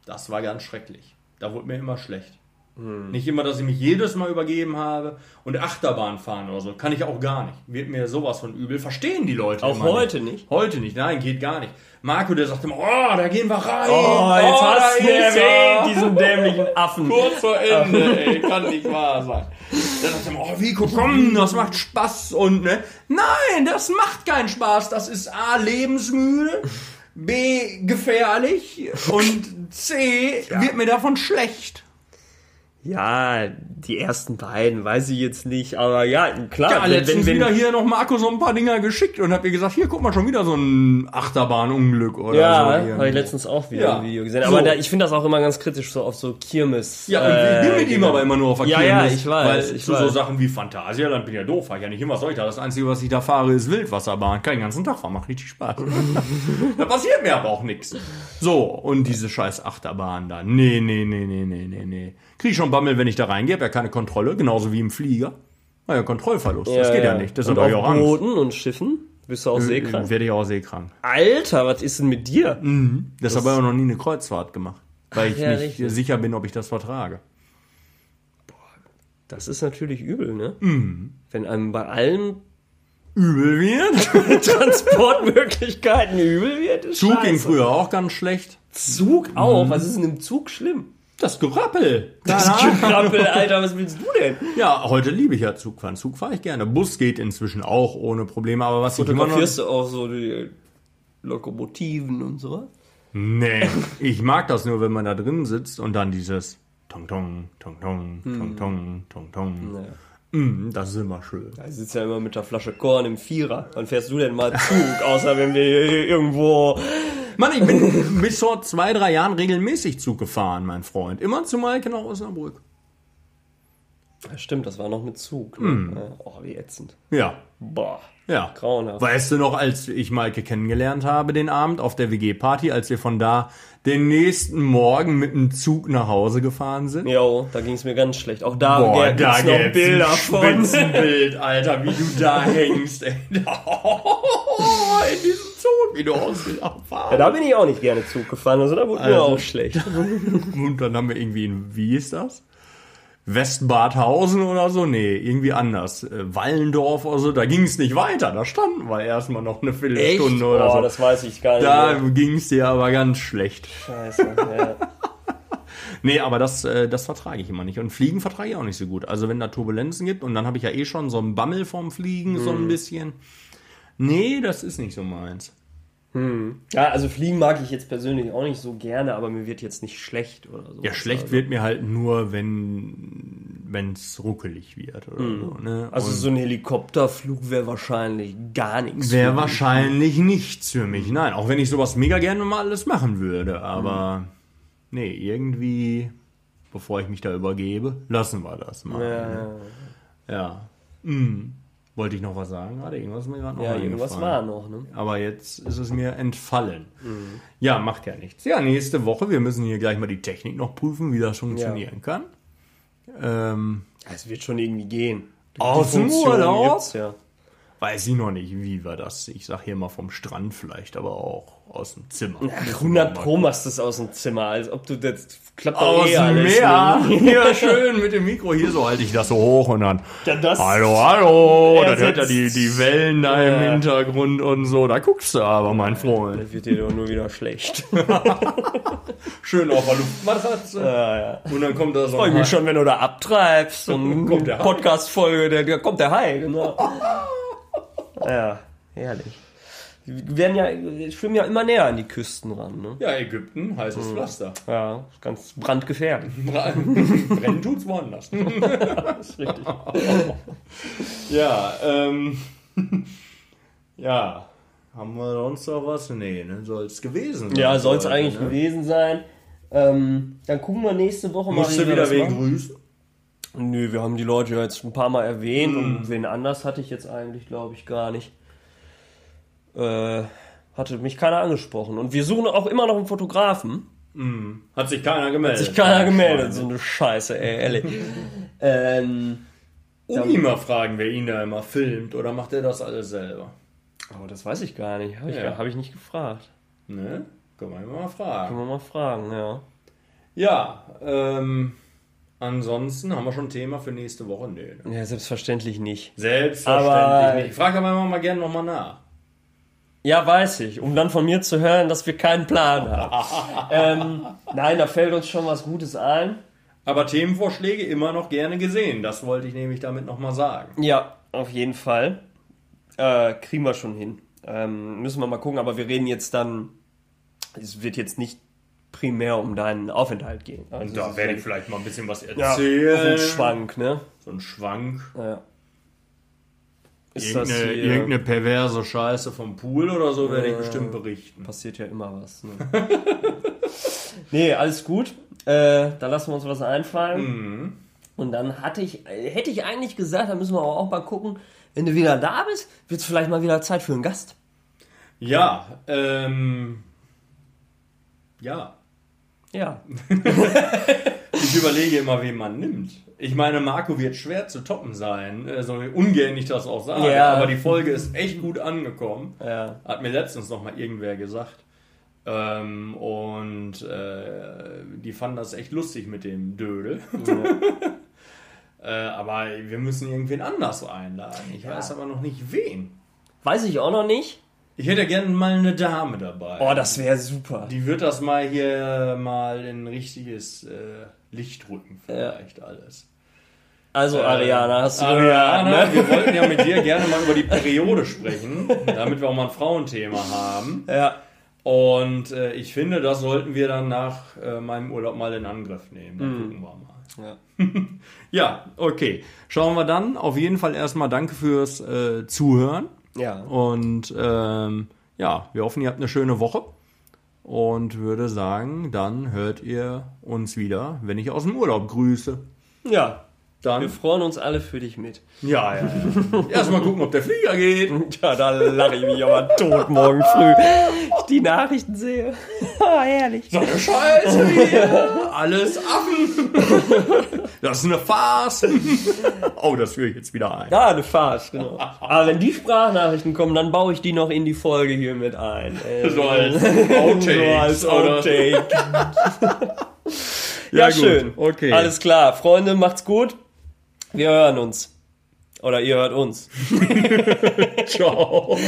S2: das war ganz schrecklich. Da wurde mir immer schlecht.
S1: Hm.
S2: Nicht immer, dass ich mich jedes Mal übergeben habe und Achterbahn fahren oder so. Kann ich auch gar nicht. Wird mir sowas von übel. Verstehen die Leute.
S1: Auch
S2: immer
S1: heute nicht?
S2: Heute nicht, nein, geht gar nicht. Marco, der sagt immer, oh, da gehen wir rein.
S1: Oh,
S2: Oh, da
S1: du ihn
S2: ist er.
S1: diesen dämlichen Affen.
S2: Kurz vor Ende, ey, kann nicht wahr sein. Der sagt immer, oh, Vico, komm, das macht Spaß und, ne? Nein, das macht keinen Spaß. Das ist A, lebensmüde, B, gefährlich und C, wird mir davon schlecht.
S1: Ja, die ersten beiden weiß ich jetzt nicht, aber ja, klar.
S2: Ja, letztens
S1: Ah, wenn,
S2: wieder
S1: wenn,
S2: hier noch Marco so ein paar Dinger geschickt und hab ihr gesagt, hier, guck mal, schon wieder so ein Achterbahnunglück oder so.
S1: ja,
S2: hier.
S1: habe ich letztens auch wieder
S2: Ja.
S1: ein Video gesehen. Aber
S2: So.
S1: da, ich finde das auch immer ganz kritisch, so auf so Kirmes.
S2: Ja, und ich bin mit ihm
S1: genau.
S2: aber immer nur auf der
S1: Ja, ja,
S2: Kirmes,
S1: ich weiß,
S2: Weil
S1: ich
S2: zu so
S1: weiß.
S2: Sachen wie Phantasialand bin ich ja doof, fahr ich ja nicht immer, was soll ich da? Das Einzige, was ich da fahre, ist Wildwasserbahn. Kann den ganzen Tag fahren, macht richtig Spaß. da passiert mir aber auch nichts. So, und diese scheiß Achterbahn da. Nee, nee, nee, nee, nee, nee, nee. Krieg schon Bammel, wenn ich da reingehe, hab ja keine Kontrolle, genauso wie im Flieger. Na ja, Kontrollverlust, das geht ja, nicht. Das
S1: Äh, und
S2: hab ich auch
S1: auf
S2: Angst. Äh,
S1: Booten und Schiffen bist du auch seekrank.
S2: Werde ich auch seekrank.
S1: Alter, was ist denn mit dir?
S2: Das, habe ich aber noch nie eine Kreuzfahrt gemacht, weil ich
S1: ja,
S2: nicht
S1: richtig.
S2: sicher bin, ob ich das vertrage.
S1: Das ist natürlich übel, ne?
S2: Mhm.
S1: Wenn einem bei allen
S2: Übel wird.
S1: Transportmöglichkeiten übel wird, ist
S2: Zug Mhm.
S1: scheiße.
S2: ging früher auch ganz schlecht.
S1: Zug auch. Was ist denn im Zug schlimm?
S2: Das Gerappel. Das
S1: Krampel, Alter, was willst du denn?
S2: ja, heute liebe ich ja Zugfahren. Zug fahre ich gerne. Bus geht inzwischen auch ohne Probleme, aber was ich immer noch...
S1: Fotografierst du auch so die Lokomotiven und so?
S2: Nee, ich mag das nur, wenn man da drin sitzt und dann dieses Tong Tong, Tong Tong, Tong Tong, Tong Tong. Mm, das ist immer schön.
S1: Da sitzt ja immer mit der Flasche Korn im Vierer. Wann fährst du denn mal Zug? Außer wenn wir hier irgendwo...
S2: Mann, ich bin bis vor zwei, drei Jahren regelmäßig Zug gefahren, mein Freund. Immer zu Maike nach Osnabrück.
S1: Ja, stimmt, das war noch mit Zug. Ne?
S2: Mhm.
S1: Ja, Oh, wie ätzend.
S2: Ja,
S1: Boah.
S2: Ja.
S1: Grauenhaft.
S2: Weißt du noch, als ich Maike kennengelernt habe den Abend auf der WG-Party, als wir von da den nächsten Morgen mit dem Zug nach Hause gefahren sind?
S1: Jo, da ging es mir ganz schlecht. Auch da, gibt's noch
S2: gibt's
S1: Bilder
S2: ein
S1: von.
S2: Spitzenbild, Alter, wie du da hängst. Ey. In diesem Zug, wie du ausgelaufen
S1: Ja,
S2: warst.
S1: da bin ich auch nicht gerne Zug gefahren, also da wurde mir
S2: Also-
S1: auch schlecht.
S2: Und dann haben wir irgendwie, in, wie ist das? Westbadhausen oder so, nee, irgendwie anders. Äh, Wallendorf oder so, da ging es nicht weiter. Da standen wir erstmal noch eine Viertelstunde oder
S1: Boah,
S2: so.
S1: Oh, das weiß ich gar nicht.
S2: da
S1: mehr.
S2: ging es dir aber ganz schlecht.
S1: Scheiße. Ja.
S2: Nee, aber das, äh, das vertrage ich immer nicht. Und Fliegen vertrage ich auch nicht so gut. Also wenn da Turbulenzen gibt und dann habe ich ja eh schon so einen Bammel vorm Fliegen, so ein bisschen. Nee, das ist nicht so meins.
S1: ja, also fliegen mag ich jetzt persönlich auch nicht so gerne, aber mir wird jetzt nicht schlecht oder so. Also
S2: Ja, schlecht wird mir halt nur, wenn wenn's ruckelig wird oder so. Ne?
S1: Also
S2: Und-
S1: so ein Helikopterflug wäre wahrscheinlich gar nichts.
S2: Wäre
S1: für mich.
S2: wahrscheinlich nichts für mich. Nein, auch wenn ich sowas mega gerne mal alles machen würde. Aber nee, irgendwie, bevor ich mich da übergebe, lassen wir das mal. ne? Ja. Hm. Wollte ich noch was sagen gerade? Irgendwas ist mir gerade noch
S1: Ja, irgendwas
S2: eingefallen.
S1: war noch, ne? Mhm.
S2: Aber jetzt ist es mir entfallen. Ja, macht ja nichts. Ja, nächste Woche. Wir müssen hier gleich mal die Technik noch prüfen, wie das funktionieren kann. Ähm,
S1: Ja, Es wird schon irgendwie gehen.
S2: Aus
S1: Die
S2: dem
S1: Funktion
S2: Urlaub?
S1: gibt's Ja.
S2: weiß ich noch nicht, wie wir das. Ich sag hier mal vom Strand vielleicht, aber auch aus dem Zimmer.
S1: Ach, 100 Pro machst du es aus dem Zimmer, als ob du das klappt doch
S2: aus
S1: eh
S2: dem
S1: alles.
S2: Meer.
S1: ne?
S2: Hier schön mit dem Mikro. Hier so halte ich das so hoch und dann.
S1: Ja, das-
S2: hallo, hallo.
S1: Er
S2: Dann hört er
S1: sitzt-
S2: die, die Wellen da im Hintergrund und so. Da guckst du aber, mein Freund.
S1: Das wird dir doch nur wieder schlecht.
S2: Schön auf der Luftmatratze. Und dann kommt da so
S1: Freue
S2: ein
S1: mich schon, wenn du da abtreibst und
S2: Kommt der Hai.
S1: Podcast-Folge, der- da kommt der Hai, genau. ja, herrlich. Wir werden ja, wir schwimmen ja immer näher an die Küsten ran, ne?
S2: Ja, Ägypten, heißes Pflaster.
S1: Ja, ist ganz brandgefährlich.
S2: Brennen tut's woanders.
S1: ist richtig.
S2: ja, ähm. ja. Haben wir sonst noch was? Nee, ne? Soll's gewesen sein.
S1: Ja, soll es
S2: Leute,
S1: eigentlich
S2: ne?
S1: gewesen sein. Ähm, dann gucken wir nächste Woche
S2: Musst
S1: wie
S2: du
S1: wir
S2: wieder
S1: das
S2: wen
S1: machen.
S2: grüßen?
S1: Nö, wir haben die Leute ja jetzt ein paar Mal erwähnt
S2: Mm.
S1: und wen anders hatte ich jetzt eigentlich, glaube ich, gar nicht. Äh, hatte mich keiner angesprochen. Und wir suchen auch immer noch einen Fotografen.
S2: Hat sich keiner gemeldet.
S1: Sich keiner gemeldet, so eine Scheiße, ey, ehrlich. ähm,
S2: Uni mal fragen, wer ihn da immer filmt oder macht er das alles selber?
S1: aber das weiß ich gar nicht. Habe ich,
S2: Ja.
S1: hab ich nicht gefragt.
S2: Ne? Können wir ihn mal fragen.
S1: Können wir mal fragen, ja.
S2: Ja, ähm, ansonsten haben wir schon ein Thema für nächste Woche. Nee, ne?
S1: Ja, selbstverständlich nicht.
S2: Selbstverständlich
S1: Aber-
S2: nicht. Ich frage aber immer mal gerne nochmal nach.
S1: Ja, weiß ich, um dann von mir zu hören, dass wir keinen Plan haben. ähm, nein, da fällt uns schon was Gutes ein.
S2: Aber Themenvorschläge immer noch gerne gesehen. Das wollte ich nämlich damit nochmal sagen.
S1: Ja, auf jeden Fall. Äh, kriegen wir schon hin. Ähm, müssen wir mal gucken, aber wir reden jetzt dann. Es wird jetzt nicht primär um deinen Aufenthalt gehen. Also es
S2: Da
S1: ist
S2: werde ich vielleicht mal ein bisschen was
S1: ja, ein
S2: erzählen.
S1: Schwank, ne?
S2: So ein Schwank.
S1: Ja. Ist das
S2: Irgendeine,
S1: hier, Äh,
S2: irgendeine perverse Scheiße vom Pool oder so werde ich bestimmt berichten.
S1: Passiert ja immer was. Ne? nee, alles gut. Äh, da lassen wir uns was einfallen.
S2: Mhm.
S1: Und dann hatte ich, hätte ich eigentlich gesagt, da müssen wir aber auch mal gucken, wenn du wieder da bist, wird es vielleicht mal wieder Zeit für einen Gast.
S2: Ja, ähm. Ja.
S1: Ja,
S2: Ich überlege immer, wen man nimmt. Ich meine, Marco wird schwer zu toppen sein, äh, so ungern ich das auch sage,
S1: Ja.
S2: aber die Folge ist echt gut angekommen.
S1: Ja.
S2: Hat mir letztens nochmal irgendwer gesagt. Ähm, und äh, die fanden das echt lustig mit dem Dödel. äh, aber wir müssen irgendwen anders einladen. Ich weiß aber noch nicht wen.
S1: Weiß ich auch noch nicht.
S2: Ich hätte gerne mal eine Dame dabei.
S1: Oh, das wäre super.
S2: Die wird das mal hier mal in richtiges äh, Licht rücken, vielleicht alles.
S1: Also, Ariana, hast du
S2: Äh, Ariana,
S1: gehört, ne?
S2: wir wollten ja mit dir gerne mal über die Periode sprechen, damit wir auch mal ein Frauenthema haben.
S1: Ja.
S2: Und äh, ich finde, das sollten wir dann nach äh, meinem Urlaub mal in Angriff nehmen. Dann gucken
S1: Mhm.
S2: wir mal.
S1: Ja.
S2: Ja, okay. Schauen wir dann. Auf jeden Fall erstmal danke fürs äh, Zuhören.
S1: Ja.
S2: Und ähm, ja, wir hoffen, ihr habt eine schöne Woche. Und würde sagen, dann hört ihr uns wieder, wenn ich aus dem Urlaub grüße.
S1: ja. Wir
S2: Dann.
S1: freuen uns alle für dich mit.
S2: Ja, ja, ja. Erstmal gucken, ob der Flieger geht.
S1: Ja, da lache ich mich aber tot morgen früh. Ich die Nachrichten sehe. Ah, herrlich.
S2: So eine Scheiße hier. Alles Affen. Das ist eine Farce. Oh, das führe ich jetzt wieder ein.
S1: Ja, eine Farce, genau. Aber wenn die Sprachnachrichten kommen, dann baue ich die noch in die Folge hier mit ein. Äh,
S2: So als Outtakes.
S1: so als
S2: oder?
S1: Outtake. Ja,
S2: Ja, gut.
S1: schön.
S2: Okay.
S1: Alles klar. Freunde, macht's gut. Wir hören uns. Oder ihr hört uns.
S2: Ciao.